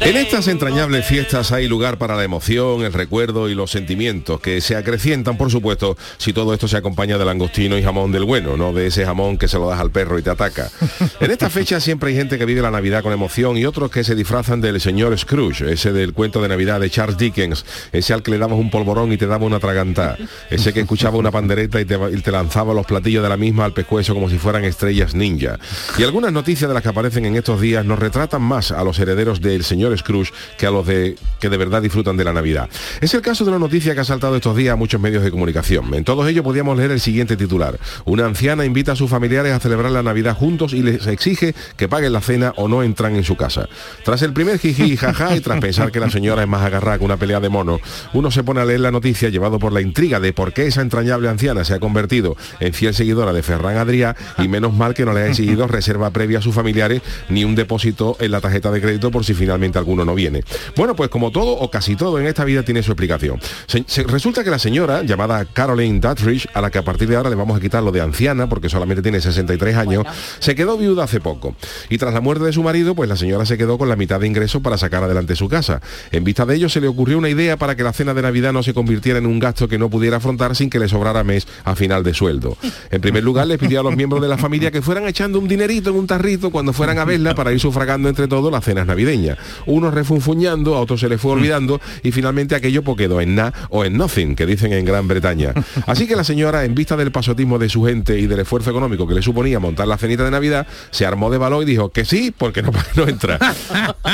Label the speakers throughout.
Speaker 1: En estas entrañables fiestas hay lugar para la emoción, el recuerdo y los sentimientos, que se acrecientan, por supuesto, si todo esto se acompaña del angostino y jamón del bueno, no de ese jamón que se lo das al perro y te ataca. En esta fecha siempre hay gente que vive la Navidad con emoción y otros que se disfrazan del señor Scrooge, ese del cuento de Navidad de Charles Dickens, ese al que le dabas un polvorón y te daba una tragantá, ese que escuchaba una pandereta y te, y te lanzaba los platillos de la misma al pescuezo como si fueran estrellas ninja. Y algunas noticias de las que aparecen en estos días nos retratan más a los herederos del señor señor Scrooge que a los de, que de verdad disfrutan de la Navidad. Es el caso de una noticia que ha saltado estos días a muchos medios de comunicación. En todos ellos podíamos leer el siguiente titular. Una anciana invita a sus familiares a celebrar la Navidad juntos y les exige que paguen la cena o no entran en su casa. Tras el primer jiji y jaja y tras pensar que la señora es más agarrada que una pelea de mono, uno se pone a leer la noticia llevado por la intriga de por qué esa entrañable anciana se ha convertido en fiel seguidora de Ferran Adrià y menos mal que no le ha exigido reserva previa a sus familiares ni un depósito en la tarjeta de crédito por si finalmente alguno no viene. Bueno, pues como todo o casi todo en esta vida tiene su explicación. Se, se, resulta que la señora, llamada Caroline Dutridge, a la que a partir de ahora le vamos a quitar lo de anciana, porque solamente tiene 63 años, bueno. se quedó viuda hace poco. Y tras la muerte de su marido, pues la señora se quedó con la mitad de ingresos para sacar adelante su casa. En vista de ello, se le ocurrió una idea para que la cena de Navidad no se convirtiera en un gasto que no pudiera afrontar sin que le sobrara mes a final de sueldo. En primer lugar, le pidió a los miembros de la familia que fueran echando un dinerito en un tarrito cuando fueran a verla para ir sufragando entre todos las cenas navideñas unos refunfuñando, a otros se les fue olvidando y finalmente aquello pues quedó en na o en nothing, que dicen en Gran Bretaña. Así que la señora, en vista del pasotismo de su gente y del esfuerzo económico que le suponía montar la cenita de Navidad, se armó de valor y dijo que sí, porque no, no entra.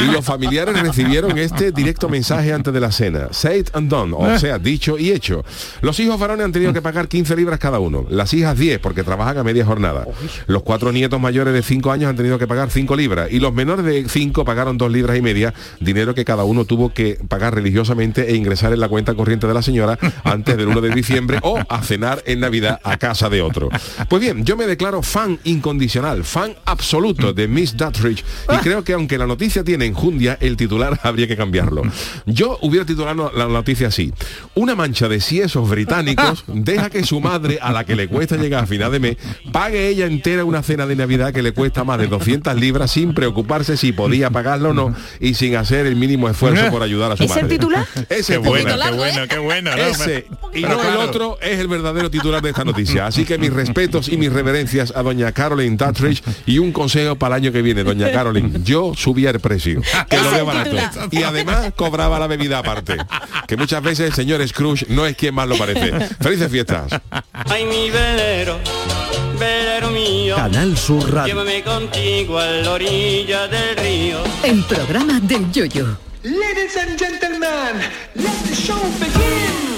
Speaker 1: Y los familiares recibieron este directo mensaje antes de la cena. Said and done, o sea, dicho y hecho. Los hijos varones han tenido que pagar 15 libras cada uno, las hijas 10, porque trabajan a media jornada. Los cuatro nietos mayores de 5 años han tenido que pagar 5 libras y los menores de 5 pagaron 2 libras y media, dinero que cada uno tuvo que pagar religiosamente e ingresar en la cuenta corriente de la señora antes del 1 de diciembre o a cenar en Navidad a casa de otro. Pues bien, yo me declaro fan incondicional, fan absoluto de Miss Dutridge y
Speaker 2: Ah.
Speaker 1: creo que aunque la noticia tiene enjundia, el titular habría que cambiarlo. Yo hubiera titulado la noticia así. Una mancha de siesos británicos deja que su madre, a la que le cuesta llegar a final de mes, pague ella entera una cena de Navidad que le cuesta más de 200 libras sin preocuparse si podía pagarla o no y sin hacer el mínimo esfuerzo por ayudar a su
Speaker 2: ¿Es
Speaker 1: madre.
Speaker 2: el titular?
Speaker 1: Ese
Speaker 3: qué bueno,
Speaker 1: titular.
Speaker 3: qué bueno, qué bueno. ¿no?
Speaker 1: Ese y
Speaker 3: Pero
Speaker 1: no el
Speaker 3: claro.
Speaker 1: otro es el verdadero titular de esta noticia. Así que mis respetos y mis reverencias a doña Caroline Dutridge y un consejo para el año que viene, doña Caroline. Yo subía el precio, que
Speaker 2: Ese
Speaker 1: lo
Speaker 2: es
Speaker 1: veo
Speaker 2: el
Speaker 1: barato.
Speaker 2: titular.
Speaker 1: Y además cobraba la bebida aparte. Que muchas veces el señor Scrooge no es quien más lo parece. Felices fiestas.
Speaker 4: Ay, mi velero, velero mío,
Speaker 5: Canal Sur Radio.
Speaker 4: llévame contigo a la orilla del río.
Speaker 6: El programa del Yoyo.
Speaker 7: Ladies and gentlemen, let the show begin.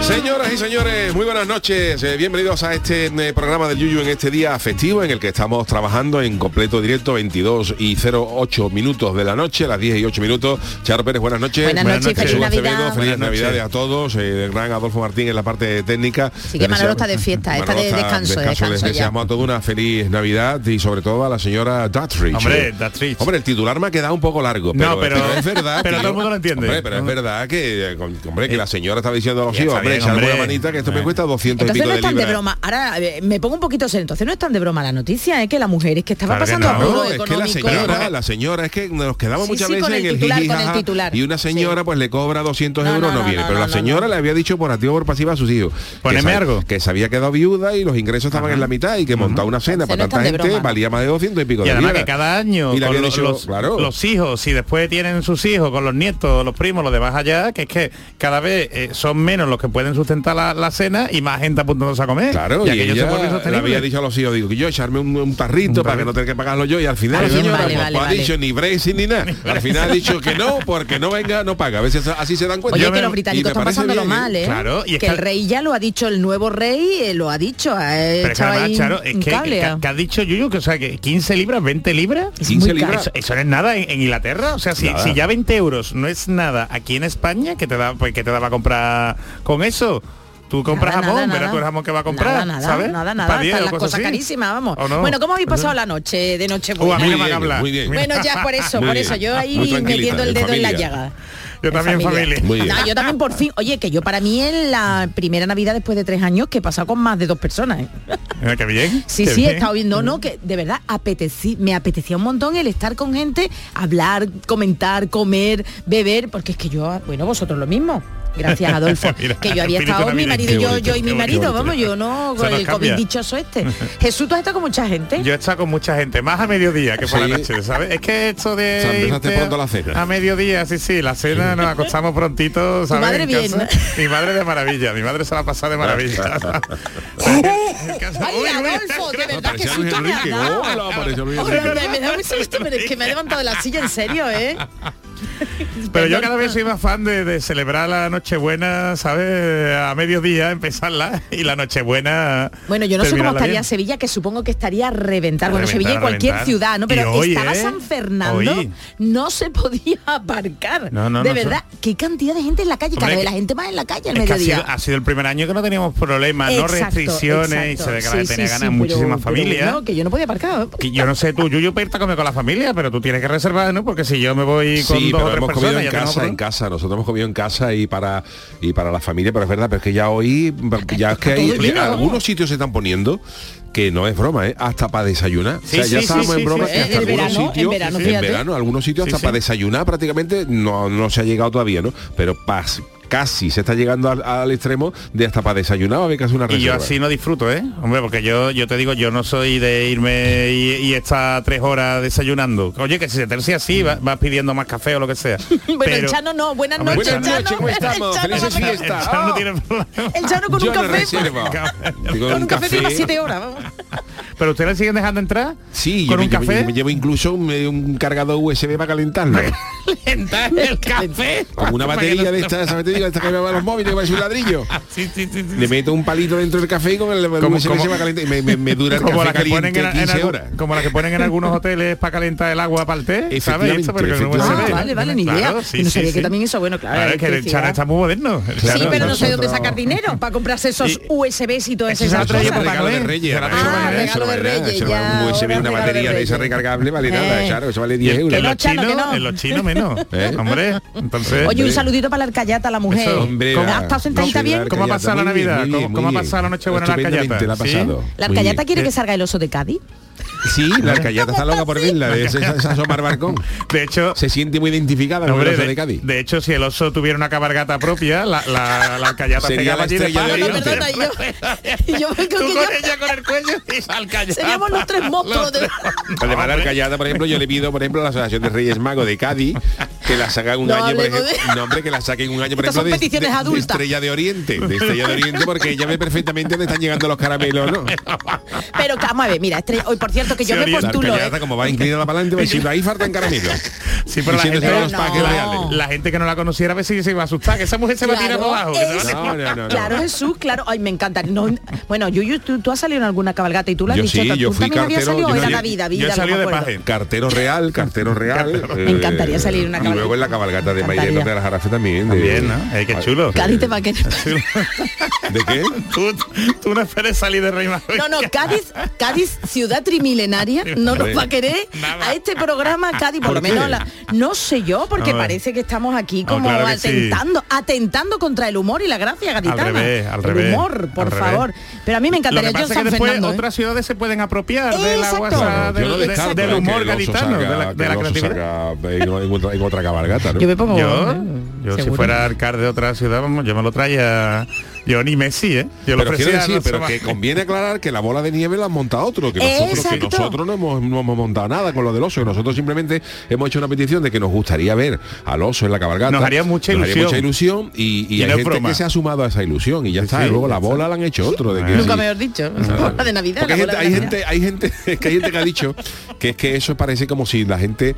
Speaker 1: Señoras y señores, muy buenas noches. Eh, bienvenidos a este eh, programa del Yuyu en este día festivo en el que estamos trabajando en completo directo 22 y 08 minutos de la noche, las 10 y 8 minutos. Charo Pérez, buenas noches.
Speaker 2: Buenas
Speaker 3: Buenas
Speaker 2: noches,
Speaker 3: noches.
Speaker 2: feliz
Speaker 1: Jesús
Speaker 2: Navidad.
Speaker 1: Acevedo,
Speaker 3: Buenas
Speaker 1: felices
Speaker 3: noches.
Speaker 1: Navidades a todos. Eh, el gran Adolfo Martín en la parte técnica.
Speaker 2: Sí, que Manolo está de fiesta, está de descanso, de
Speaker 1: Les
Speaker 2: descanso ya.
Speaker 1: deseamos a todos una feliz Navidad y sobre todo a la señora Dutridge.
Speaker 3: Hombre,
Speaker 1: Eh,
Speaker 3: Dutridge.
Speaker 1: Hombre, el titular me ha quedado un poco largo. Pero,
Speaker 3: No, pero-
Speaker 1: es verdad.
Speaker 3: pero
Speaker 1: tío.
Speaker 3: todo el mundo lo entiende.
Speaker 1: Hombre, pero es verdad que, eh, hombre, que la señora está diciendo a los
Speaker 3: Ya
Speaker 1: hijos,
Speaker 3: está
Speaker 1: hombre,
Speaker 3: bien,
Speaker 1: echadme
Speaker 3: hombre.
Speaker 1: una manita que esto me
Speaker 3: Eh.
Speaker 1: cuesta 200 y
Speaker 2: Entonces
Speaker 1: pico
Speaker 2: no
Speaker 1: de
Speaker 2: están de
Speaker 1: libras.
Speaker 2: broma. Ahora eh, me pongo un poquito serio. Entonces no están de broma la noticia, es que la mujer es que estaba
Speaker 3: Claro que
Speaker 2: pasando
Speaker 3: no.
Speaker 2: apuro
Speaker 1: No, es que la
Speaker 2: económico.
Speaker 1: señora, la señora, es que nos quedamos
Speaker 2: Sí,
Speaker 1: muchas
Speaker 2: sí,
Speaker 1: veces
Speaker 2: con el
Speaker 1: en el
Speaker 2: titular, con el
Speaker 1: jijijaja,
Speaker 2: titular.
Speaker 1: y una señora
Speaker 2: Sí.
Speaker 1: pues le cobra 200
Speaker 2: No,
Speaker 1: euros,
Speaker 2: no,
Speaker 1: no,
Speaker 2: no,
Speaker 1: viene.
Speaker 2: no,
Speaker 1: pero
Speaker 2: no,
Speaker 1: la
Speaker 2: no,
Speaker 1: señora
Speaker 2: no.
Speaker 1: le había dicho por activo o por pasiva a sus hijos. que
Speaker 3: Poneme
Speaker 1: se-
Speaker 3: algo.
Speaker 1: Que se había quedado viuda y los ingresos estaban en la mitad y que montar una cena
Speaker 2: Entonces
Speaker 1: para
Speaker 2: no
Speaker 1: tanta
Speaker 2: están de
Speaker 1: gente
Speaker 2: broma.
Speaker 1: valía más de 200 y pico
Speaker 3: Y
Speaker 1: de
Speaker 3: además
Speaker 1: libras.
Speaker 3: que cada año
Speaker 1: Y le
Speaker 3: con
Speaker 1: habían
Speaker 3: los,
Speaker 1: hecho-
Speaker 3: los-
Speaker 1: claro.
Speaker 3: los hijos, si después tienen sus hijos con los nietos, los primos, los de más allá, que es que cada vez eh, son menos los que pueden pueden sustentar la, la cena y más gente apuntándose a comer.
Speaker 1: Claro, y,
Speaker 3: y aquello se
Speaker 1: ella
Speaker 3: vuelve
Speaker 1: le
Speaker 3: insostenible.
Speaker 1: había dicho a los hijos, digo, que yo echarme un, un tarrito
Speaker 3: Un
Speaker 1: para que
Speaker 3: tarrito.
Speaker 1: no tenga que pagarlo yo y al final
Speaker 2: Ah,
Speaker 1: la señora
Speaker 2: vale,
Speaker 1: pues,
Speaker 2: vale,
Speaker 1: no ha
Speaker 2: vale.
Speaker 1: dicho ni bracing ni nada. Al final ha dicho que no, porque no venga, no paga. A veces así se dan cuenta.
Speaker 2: Oye,
Speaker 3: Yo
Speaker 2: Pues
Speaker 3: me-
Speaker 2: que los
Speaker 1: y me
Speaker 2: británicos están
Speaker 1: parece
Speaker 2: pasándolo
Speaker 1: bien, ¿eh?
Speaker 2: mal, ¿eh?
Speaker 3: Claro, y es
Speaker 2: que
Speaker 3: que-
Speaker 2: el rey ya lo ha dicho, el nuevo rey eh, lo ha dicho. Ha
Speaker 3: Pero es que
Speaker 2: echado
Speaker 3: además,
Speaker 2: ahí
Speaker 3: Charo, es
Speaker 2: un
Speaker 3: que,
Speaker 2: cable,
Speaker 3: que-
Speaker 2: ah.
Speaker 3: que has dicho, Yuyu, que, o sea, que 15 libras, 20 libras.
Speaker 2: Es
Speaker 1: 15
Speaker 2: muy caro.
Speaker 1: libras.
Speaker 3: Eso, eso no es nada en, en Inglaterra, o sea, si,
Speaker 1: Nada.
Speaker 3: si ya 20 euros no es nada aquí en España, que te da, pues, que te daba a comprar con eso. Tú compras
Speaker 2: Nada,
Speaker 3: jamón,
Speaker 2: nada,
Speaker 3: verás
Speaker 2: nada.
Speaker 3: tú el jamón que va a comprar,
Speaker 2: Nada, nada,
Speaker 3: ¿sabes?
Speaker 2: nada, nada,
Speaker 3: Para diez
Speaker 2: están
Speaker 3: o
Speaker 2: las cosas,
Speaker 3: así.
Speaker 2: carísimas, vamos.
Speaker 3: ¿O no?
Speaker 2: Bueno, ¿cómo habéis
Speaker 3: Ajá.
Speaker 2: pasado la noche de
Speaker 3: Uh, a
Speaker 2: Nochebuena?
Speaker 3: mí
Speaker 1: Muy
Speaker 3: no me
Speaker 1: bien,
Speaker 3: haga hablar.
Speaker 1: muy bien.
Speaker 2: Bueno, ya por eso,
Speaker 1: Muy
Speaker 2: por
Speaker 1: bien.
Speaker 2: eso, yo ahí
Speaker 1: Muy tranquilita,
Speaker 2: metiendo el
Speaker 1: en
Speaker 2: dedo en la
Speaker 1: familia.
Speaker 2: llaga.
Speaker 3: Yo
Speaker 2: En
Speaker 3: también familia.
Speaker 1: Muy bien.
Speaker 2: No, yo también por fin. Oye, que yo para mí es la primera Navidad después de tres años que he pasado con más de dos personas. ¿eh?
Speaker 3: Mira, qué bien,
Speaker 2: Sí,
Speaker 3: qué
Speaker 2: sí, he
Speaker 3: bien.
Speaker 2: estado viendo, no, que de verdad apetecí, me apetecía un montón el estar con gente, hablar, comentar, comer, beber, porque es que yo, bueno, vosotros lo mismo. Gracias, Adolfo.
Speaker 3: Mira,
Speaker 2: que yo había
Speaker 3: espíritu
Speaker 2: estado mi
Speaker 3: navideño.
Speaker 2: marido,
Speaker 3: Qué
Speaker 2: yo,
Speaker 3: bonito,
Speaker 2: yo y
Speaker 3: qué
Speaker 2: mi
Speaker 3: bonito,
Speaker 2: marido,
Speaker 3: qué bonito.
Speaker 2: vamos, yo no,
Speaker 3: Se
Speaker 2: con
Speaker 3: nos
Speaker 2: el
Speaker 3: cambia.
Speaker 2: COVID dichoso este. Jesús, ¿tú has estado con mucha gente?
Speaker 3: Yo he estado con mucha gente, más a mediodía que por
Speaker 1: Sí.
Speaker 3: la noche, ¿sabes? Es que esto de...
Speaker 1: O sea, empezaste
Speaker 3: irte
Speaker 1: pronto a la cena.
Speaker 3: A mediodía, sí, sí, la cena nos acostamos prontito, ¿sabes?
Speaker 2: madre
Speaker 3: En
Speaker 2: bien,
Speaker 3: casa. Mi madre de maravilla, mi madre se la pasa de maravilla. En casa-
Speaker 2: ¡Oh! Ay,
Speaker 3: Uy, uy,
Speaker 2: Adolfo, de verdad que
Speaker 1: Apareció
Speaker 2: susto me ha
Speaker 1: Enrique,
Speaker 2: dado.
Speaker 1: hola, apareció Luis
Speaker 2: Hombre,
Speaker 1: Enrique.
Speaker 2: me da un susto, pero es que me he levantado de la silla, en serio, ¿eh?
Speaker 3: Pero yo cada vez soy más fan de, de celebrar la Nochebuena, ¿sabes? A mediodía empezarla y la Nochebuena.
Speaker 2: Bueno, yo no sé cómo
Speaker 3: terminarla
Speaker 2: estaría
Speaker 3: bien.
Speaker 2: Sevilla, que supongo que estaría a reventar. Bueno,
Speaker 3: A reventar,
Speaker 2: Sevilla y
Speaker 3: a
Speaker 2: cualquier
Speaker 3: reventar.
Speaker 2: ciudad, ¿no?
Speaker 3: Y
Speaker 2: Pero
Speaker 3: hoy,
Speaker 2: estaba
Speaker 3: ¿eh?
Speaker 2: San Fernando,
Speaker 3: Hoy.
Speaker 2: no se podía aparcar.
Speaker 3: No, no,
Speaker 2: de
Speaker 3: no,
Speaker 2: verdad, qué cantidad de gente en la calle, cada
Speaker 3: Hombre,
Speaker 2: vez
Speaker 3: que-
Speaker 2: la gente más en la calle al
Speaker 3: Es que ha
Speaker 2: mediodía.
Speaker 3: sido, ha sido el primer año que no teníamos problemas, no
Speaker 2: Exacto,
Speaker 3: restricciones, y
Speaker 2: exacto.
Speaker 3: se ve que la
Speaker 2: Sí,
Speaker 3: gente tenía
Speaker 2: sí,
Speaker 3: ganas
Speaker 2: sí, pero-
Speaker 3: muchísimas
Speaker 2: pero
Speaker 3: familias.
Speaker 2: bueno, que yo no podía aparcar. ¿eh?
Speaker 3: Que yo no sé tú, Yuyu, para irte a comer con la familia, pero tú tienes que reservar, ¿no? Porque si yo me voy con
Speaker 1: Sí,
Speaker 3: dos o
Speaker 1: pero
Speaker 3: tres
Speaker 1: hemos comido
Speaker 3: personas,
Speaker 1: en
Speaker 3: ya tengo
Speaker 1: casa, en
Speaker 3: problema.
Speaker 1: casa. Nosotros hemos comido en casa y para y para la familia, pero es verdad, pero es que ya hoy ya es que hay,
Speaker 2: Todo lleno,
Speaker 1: algunos
Speaker 2: vamos.
Speaker 1: sitios se están poniendo que no es broma, ¿eh? hasta para desayunar.
Speaker 3: Sí,
Speaker 1: o sea, ya
Speaker 3: sí,
Speaker 1: estábamos
Speaker 3: sí,
Speaker 1: en
Speaker 3: sí,
Speaker 1: broma
Speaker 3: sí,
Speaker 1: que
Speaker 3: sí.
Speaker 1: hasta
Speaker 3: En
Speaker 1: algunos
Speaker 2: verano, en
Speaker 1: sitios,
Speaker 2: verano,
Speaker 1: en
Speaker 2: fíjate.
Speaker 1: verano, algunos sitios
Speaker 3: Sí,
Speaker 1: hasta
Speaker 3: sí.
Speaker 1: para desayunar prácticamente no, no se ha llegado todavía, ¿no? Pero pas- casi se está llegando al, al extremo de hasta para desayunar, va a haber que hacer una
Speaker 3: Y yo
Speaker 1: reserva.
Speaker 3: así no disfruto, ¿eh? Hombre, porque yo, yo te digo, yo no soy de irme y, y estar tres horas desayunando. Oye, que si se tercia así, va- vas pidiendo más café o lo que sea.
Speaker 2: Bueno, el Chano no. Buenas
Speaker 3: Hombre,
Speaker 2: noches,
Speaker 3: Buenas
Speaker 2: Chano.
Speaker 1: noches, ¿cómo estamos?
Speaker 2: El Chano, no
Speaker 1: Felices
Speaker 2: Oh. me-
Speaker 3: El
Speaker 1: fiestas.
Speaker 3: Chano
Speaker 1: Ah.
Speaker 3: tiene problema.
Speaker 2: El Chano con
Speaker 1: Yo
Speaker 2: un
Speaker 1: no
Speaker 2: café.
Speaker 1: reservo. Digo,
Speaker 2: Con un café para siete horas, vamos.
Speaker 3: Pero ustedes le siguen dejando entrar
Speaker 1: Sí, yo
Speaker 3: con
Speaker 1: me,
Speaker 3: un
Speaker 1: yo me-
Speaker 3: café.
Speaker 1: yo me llevo incluso un, un cargador USB para calentarlo.
Speaker 3: Calentar el café.
Speaker 1: Como una batería de estas, esa batería de estas que me van los móviles, que parece un ladrillo.
Speaker 3: Sí, sí, sí, sí,
Speaker 1: Le
Speaker 3: sí.
Speaker 1: meto un palito dentro del café y con el el
Speaker 3: Como-
Speaker 1: USB se
Speaker 3: como-
Speaker 1: va caliente y me, me- me dura el
Speaker 3: como
Speaker 1: café
Speaker 3: la que ponen
Speaker 1: caliente
Speaker 3: en, en
Speaker 1: 15
Speaker 3: algún-
Speaker 1: horas.
Speaker 3: como la que ponen en algunos hoteles para calentar el agua para el té, ¿sabes?
Speaker 1: Efectivamente,
Speaker 3: Esto, pero con un
Speaker 1: efectivamente.
Speaker 3: USB.
Speaker 2: Ah, vale, vale, ni idea.
Speaker 3: Claro,
Speaker 2: Yo no sabía que también eso, bueno, claro,
Speaker 3: es que el
Speaker 2: electricidad.
Speaker 3: Chano está muy moderno. El
Speaker 2: sí,
Speaker 3: Chano-
Speaker 2: pero no sé dónde
Speaker 1: nosotros-
Speaker 2: sacar dinero para comprarse esos
Speaker 3: Y-
Speaker 2: USBs y todas
Speaker 3: Eso es
Speaker 2: esas
Speaker 3: otro
Speaker 2: cosas.
Speaker 3: día para
Speaker 1: regalo de
Speaker 3: comer.
Speaker 1: Reyes,
Speaker 3: Será
Speaker 1: además,
Speaker 3: eso,
Speaker 1: eso
Speaker 2: Ah,
Speaker 1: vale,
Speaker 2: regalo
Speaker 1: eso
Speaker 2: de
Speaker 1: vale nada,
Speaker 2: Reyes,
Speaker 1: eso vale
Speaker 2: ya, ahora
Speaker 1: un USB, una
Speaker 2: regalo de
Speaker 1: batería de esa
Speaker 2: Reyes.
Speaker 1: recargable vale nada,
Speaker 2: Eh.
Speaker 1: claro, eso vale
Speaker 3: Y
Speaker 1: 10
Speaker 3: en-
Speaker 1: euros.
Speaker 3: En los
Speaker 2: Chano, que
Speaker 3: chinos,
Speaker 2: no.
Speaker 3: en los chinos menos.
Speaker 1: ¿Eh?
Speaker 3: Hombre, entonces.
Speaker 2: Oye, un
Speaker 1: Hombre.
Speaker 2: saludito para la arcayata, la mujer.
Speaker 3: Eso,
Speaker 1: Hombre,
Speaker 2: ¿Cómo
Speaker 1: la-
Speaker 2: ha estado sentadita
Speaker 1: la
Speaker 2: bien?
Speaker 3: ¿Cómo ha pasado
Speaker 1: Muy
Speaker 3: la
Speaker 1: bien,
Speaker 3: Navidad?
Speaker 1: muy bien,
Speaker 3: ¿Cómo- cómo
Speaker 1: muy
Speaker 3: ha
Speaker 1: bien.
Speaker 3: pasado la Nochebuena en la
Speaker 1: Estupendamente
Speaker 3: Arcayata?
Speaker 1: la ha
Speaker 3: ¿Sí?
Speaker 1: pasado.
Speaker 2: La
Speaker 1: Muy
Speaker 2: arcayata
Speaker 1: bien.
Speaker 2: quiere que salga el oso de Cádiz.
Speaker 1: Sí, la Arcayata está loca por verla, de ese- ese asomar balcón.
Speaker 3: De hecho,
Speaker 1: Se siente muy identificada con
Speaker 3: hombre,
Speaker 1: el oso
Speaker 3: de,
Speaker 1: de Cádiz.
Speaker 3: de hecho, si el oso tuviera una cabargata propia, la, la, la Arcayata
Speaker 1: Sería
Speaker 3: pegaba
Speaker 1: la
Speaker 3: allí de
Speaker 1: estrella
Speaker 2: Ah,
Speaker 3: palo,
Speaker 1: de
Speaker 3: ¿no?
Speaker 1: Oriente.
Speaker 2: Perdona, y yo, y yo creo
Speaker 3: Tú
Speaker 2: que
Speaker 3: con
Speaker 2: yo-
Speaker 3: ella con el cuello y al Cayata.
Speaker 2: Seríamos los tres monstruos de-
Speaker 1: Además, la Arcayata, por ejemplo, yo le pido, por ejemplo, a la Asociación de Reyes Magos de Cádiz que la sacan un
Speaker 2: No
Speaker 1: año, por
Speaker 2: hablemos
Speaker 1: ejemplo,
Speaker 2: de-
Speaker 1: no, hombre, que la saquen un año, por
Speaker 2: Estas son
Speaker 1: ejemplo, de,
Speaker 2: peticiones
Speaker 1: de- de
Speaker 2: adultas.
Speaker 1: Estrella de Oriente, de Estrella de Oriente, porque ella ve perfectamente dónde están llegando los caramelos, ¿no?
Speaker 2: Pero vamos a ver, mira, estrella- hoy por cierto que
Speaker 3: Sí,
Speaker 2: yo me
Speaker 3: Oriente.
Speaker 1: La
Speaker 2: postulo. ¿eh?
Speaker 1: Arcayata, como va inclinada para adelante, pues, va diciendo, ahí faltan caramelos.
Speaker 3: Sí, pero la
Speaker 1: Diciendo,
Speaker 3: gente,
Speaker 1: "Están
Speaker 2: Pero
Speaker 1: los pajes
Speaker 2: no.
Speaker 1: reales".
Speaker 3: la gente que no la conociera a ver si se iba a asustar, que esa mujer se va a tirar
Speaker 2: Claro,
Speaker 3: por abajo. que se va a
Speaker 2: es-
Speaker 3: tirar-
Speaker 1: No, no, no, no.
Speaker 2: Claro, Jesús, claro. Ay, me encanta. No, bueno, Yuyu, tú, tú has salido en alguna cabalgata y tú lo has
Speaker 1: Yo
Speaker 2: dicho.
Speaker 1: sí,
Speaker 2: ¿Tú
Speaker 1: yo fui
Speaker 2: también habías
Speaker 1: cartero,
Speaker 2: salido
Speaker 1: yo
Speaker 2: o era
Speaker 1: salí-
Speaker 2: Navidad,
Speaker 3: yo
Speaker 2: vida,
Speaker 3: he salido
Speaker 2: no
Speaker 3: de
Speaker 2: me acuerdo.
Speaker 3: paje.
Speaker 1: Cartero real, cartero real. eh,
Speaker 2: Me encantaría salir en una
Speaker 1: Y luego
Speaker 2: cabalgata.
Speaker 1: en la cabalgata de
Speaker 2: Me
Speaker 1: Mairena
Speaker 2: encantaría.
Speaker 1: de la Jarafe también. de-
Speaker 3: Bien, ¿no? Eh, qué chulo.
Speaker 2: Cádiz te va a querer.
Speaker 1: ¿De qué?
Speaker 3: Tú, tú no esperes salir de Rey Mago.
Speaker 2: No, no, Cádiz, Cádiz, ciudad trimilenaria, no nos va a querer
Speaker 3: Nada.
Speaker 2: a este programa Cádiz, por,
Speaker 1: ¿Por
Speaker 2: lo
Speaker 1: qué?
Speaker 2: menos a la- no sé yo, porque
Speaker 3: A ver.
Speaker 2: parece que estamos aquí
Speaker 3: No,
Speaker 2: como
Speaker 3: claro que sí.
Speaker 2: atentando, atentando contra el humor y la gracia gaditana.
Speaker 3: revés, al
Speaker 2: el
Speaker 3: revés,
Speaker 2: humor, por
Speaker 3: al revés.
Speaker 2: favor. Pero a mí me
Speaker 3: Lo que
Speaker 2: encantaría yo
Speaker 3: pasa
Speaker 2: en
Speaker 3: es que
Speaker 2: San
Speaker 3: después
Speaker 2: Fernando. ¿eh?
Speaker 3: otras ciudades se pueden apropiar de la
Speaker 2: Exacto.
Speaker 3: guasa,
Speaker 1: Yo
Speaker 3: del,
Speaker 1: no
Speaker 3: Ah, de-
Speaker 1: descarto,
Speaker 3: del
Speaker 1: ¿eh?
Speaker 3: humor
Speaker 1: que el oso
Speaker 3: gaditano,
Speaker 1: salga-
Speaker 3: de la,
Speaker 1: que
Speaker 3: de la
Speaker 1: el oso
Speaker 3: creatividad.
Speaker 1: salga en en otra- en otra cabalgata, ¿no?
Speaker 2: Yo me pongo.
Speaker 3: Yo,
Speaker 2: ¿eh?
Speaker 3: yo si
Speaker 2: Seguro.
Speaker 3: fuera alcalde de otra ciudad, vamos, yo me lo traía. Yo ni Messi, ¿eh? Yo
Speaker 1: pero quiero
Speaker 3: ofrecía
Speaker 1: decir,
Speaker 3: no sé
Speaker 1: pero
Speaker 3: más.
Speaker 1: que conviene aclarar que la bola de nieve la ha montado otro, que nosotros, que
Speaker 2: Exacto.
Speaker 1: nosotros no, hemos, no hemos montado nada con lo del oso, que nosotros simplemente hemos hecho una petición de que nos gustaría ver al oso en la cabalgata.
Speaker 3: Nos haría mucha ilusión.
Speaker 1: mucha ilusión y, y
Speaker 3: Y no
Speaker 1: hay
Speaker 3: es
Speaker 1: gente
Speaker 3: broma.
Speaker 1: que se ha sumado a esa ilusión y ya
Speaker 3: Sí,
Speaker 1: está. y
Speaker 3: sí,
Speaker 1: luego
Speaker 3: ya
Speaker 1: la
Speaker 3: está.
Speaker 1: bola la han hecho otro.
Speaker 3: eh,
Speaker 1: De que
Speaker 2: Nunca
Speaker 1: sí.
Speaker 2: mejor dicho. La de Navidad.
Speaker 1: Ah. Porque
Speaker 2: la bola
Speaker 1: hay gente,
Speaker 2: de
Speaker 1: hay
Speaker 2: Navidad.
Speaker 1: gente, hay gente, es que hay gente que ha dicho que es que eso parece como si la gente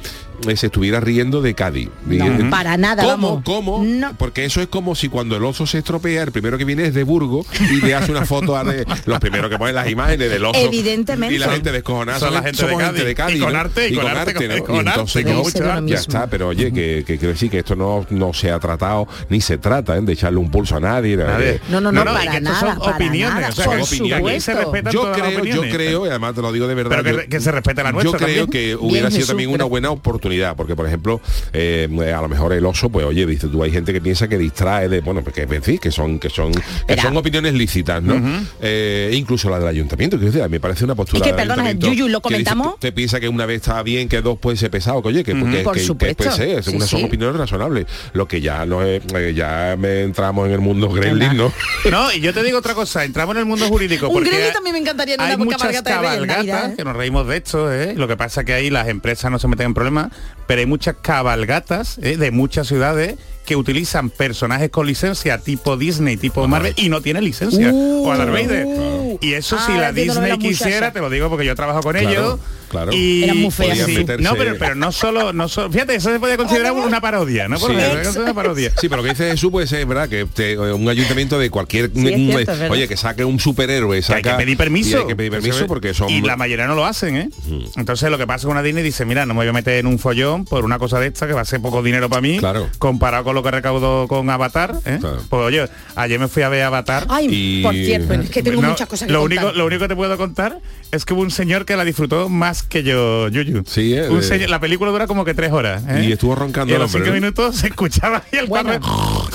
Speaker 1: eh, se estuviera riendo de Cádiz.
Speaker 2: No,
Speaker 1: Y- eh,
Speaker 2: para nada,
Speaker 1: ¿Cómo?
Speaker 2: vamos.
Speaker 1: ¿Cómo?
Speaker 2: No.
Speaker 1: Porque eso es como si cuando el oso se estropea, el primero que viene es de Burgo y le hace una foto a de- los primeros que ponen las imágenes del oso.
Speaker 2: Evidentemente.
Speaker 1: Y la gente descojonada.
Speaker 3: Son la
Speaker 1: ¿sabes?
Speaker 3: gente de
Speaker 1: Somos
Speaker 3: Cádiz.
Speaker 1: gente de Cádiz.
Speaker 3: Y con
Speaker 1: ¿no?
Speaker 3: arte, y con arte,
Speaker 1: ¿no?
Speaker 3: con
Speaker 1: Y
Speaker 3: arte,
Speaker 1: entonces,
Speaker 3: con
Speaker 1: ¿cómo?
Speaker 2: mucho arte.
Speaker 1: Ya está, pero oye, que, que quiero decir que esto no, no se ha tratado, ni se trata ¿eh? de echarle un pulso a nadie. ¿no?
Speaker 3: A ver.
Speaker 2: No, no, no,
Speaker 3: y
Speaker 2: para
Speaker 3: que estas
Speaker 2: nada,
Speaker 3: son
Speaker 2: para
Speaker 3: opiniones,
Speaker 2: nada,
Speaker 3: o sea,
Speaker 2: por
Speaker 3: que aquí se
Speaker 2: supuesto.
Speaker 3: respetan
Speaker 1: yo
Speaker 3: todas las
Speaker 1: creo, yo
Speaker 3: opiniones.
Speaker 1: creo, y además te lo digo de verdad.
Speaker 3: Pero que,
Speaker 1: yo-
Speaker 3: que se respete la
Speaker 1: yo
Speaker 3: nuestra también.
Speaker 1: creo que hubiera
Speaker 2: Bien,
Speaker 1: sido
Speaker 2: Jesús,
Speaker 1: también una
Speaker 2: pero-
Speaker 1: buena oportunidad, porque por ejemplo, eh, a lo mejor el oso, pues oye, dice tú, hay gente que piensa que distrae de, bueno, porque en fin, que son, que son, que
Speaker 2: Verá.
Speaker 1: son opiniones lícitas, ¿no? Eh, incluso la del ayuntamiento, que decir, me parece una postura.
Speaker 2: Es que,
Speaker 1: del
Speaker 2: perdona,
Speaker 1: ayuntamiento
Speaker 2: Yuyu, ¿lo
Speaker 1: que dice,
Speaker 2: comentamos?
Speaker 1: Usted piensa que una vez está bien, que dos puede ser pesado, que oye, que, que-
Speaker 2: Por
Speaker 1: que- que
Speaker 2: supuesto.
Speaker 1: puede ser, es
Speaker 2: Sí,
Speaker 1: una- son
Speaker 2: sí.
Speaker 1: opiniones razonables. Lo que ya no es, eh, ya me entramos en el mundo gremlin, ¿no?
Speaker 3: No, y yo te digo otra cosa, entramos en el mundo jurídico.
Speaker 2: Un
Speaker 3: porque
Speaker 2: gremlin también me encantaría en
Speaker 3: hay
Speaker 2: una
Speaker 3: muchas
Speaker 2: cabalgata de Reyes, en Navidad,
Speaker 3: cabalgatas,
Speaker 2: ¿eh?
Speaker 3: que nos reímos de esto, ¿eh? lo que pasa que ahí las empresas no se meten en problemas, pero hay muchas cabalgatas ¿eh? de muchas ciudades que utilizan personajes con licencia tipo Disney, tipo Marvel, y no tienen licencia.
Speaker 2: Uh,
Speaker 3: o Darth Vader.
Speaker 2: claro.
Speaker 3: Y eso
Speaker 2: Ah,
Speaker 3: si la
Speaker 2: entiendo lo de
Speaker 3: Disney
Speaker 2: las muchachas.
Speaker 3: quisiera, te lo digo porque yo trabajo con
Speaker 1: Claro,
Speaker 3: ellos.
Speaker 1: claro.
Speaker 3: Y,
Speaker 2: Eran muy feas.
Speaker 3: y sí.
Speaker 1: Podían meterse-
Speaker 3: No, pero, pero no solo, no solo. Fíjate, eso se puede considerar una parodia, ¿no? Por
Speaker 1: Sí.
Speaker 3: ejemplo, eso es una parodia.
Speaker 1: Sí, pero lo que dice Jesús puede ser, ¿verdad? Que te- un ayuntamiento de cualquier...
Speaker 2: Sí, es cierto, es verdad.
Speaker 1: oye, que saque un superhéroe,
Speaker 3: Que hay
Speaker 1: saca...
Speaker 3: que pedir
Speaker 1: y
Speaker 3: permiso.
Speaker 1: hay que pedir permiso porque son... Mm.
Speaker 3: Y la mayoría no lo hacen, ¿eh? Entonces lo que pasa es que una Disney dice, mira, no me voy a meter en un follón por una cosa de esta que va a ser poco dinero para mí,
Speaker 1: Claro.
Speaker 3: comparado con lo que recaudó con Avatar. ¿eh?
Speaker 1: Claro.
Speaker 3: Pues oye, ayer me fui a ver Avatar.
Speaker 2: Ay,
Speaker 1: Y-
Speaker 2: por cierto, es que tengo
Speaker 3: No,
Speaker 2: muchas cosas que
Speaker 3: lo
Speaker 2: contar.
Speaker 3: único lo único que te puedo contar es que hubo un señor que la disfrutó más que yo Yuyu
Speaker 1: Sí, eh,
Speaker 3: Un
Speaker 1: de-
Speaker 3: señor- la película dura como que tres horas ¿eh?
Speaker 1: Y estuvo roncando
Speaker 3: y a
Speaker 1: el
Speaker 3: los
Speaker 1: hombre,
Speaker 3: cinco
Speaker 1: ¿no?
Speaker 3: minutos se escuchaba y el
Speaker 2: Bueno,
Speaker 3: carro-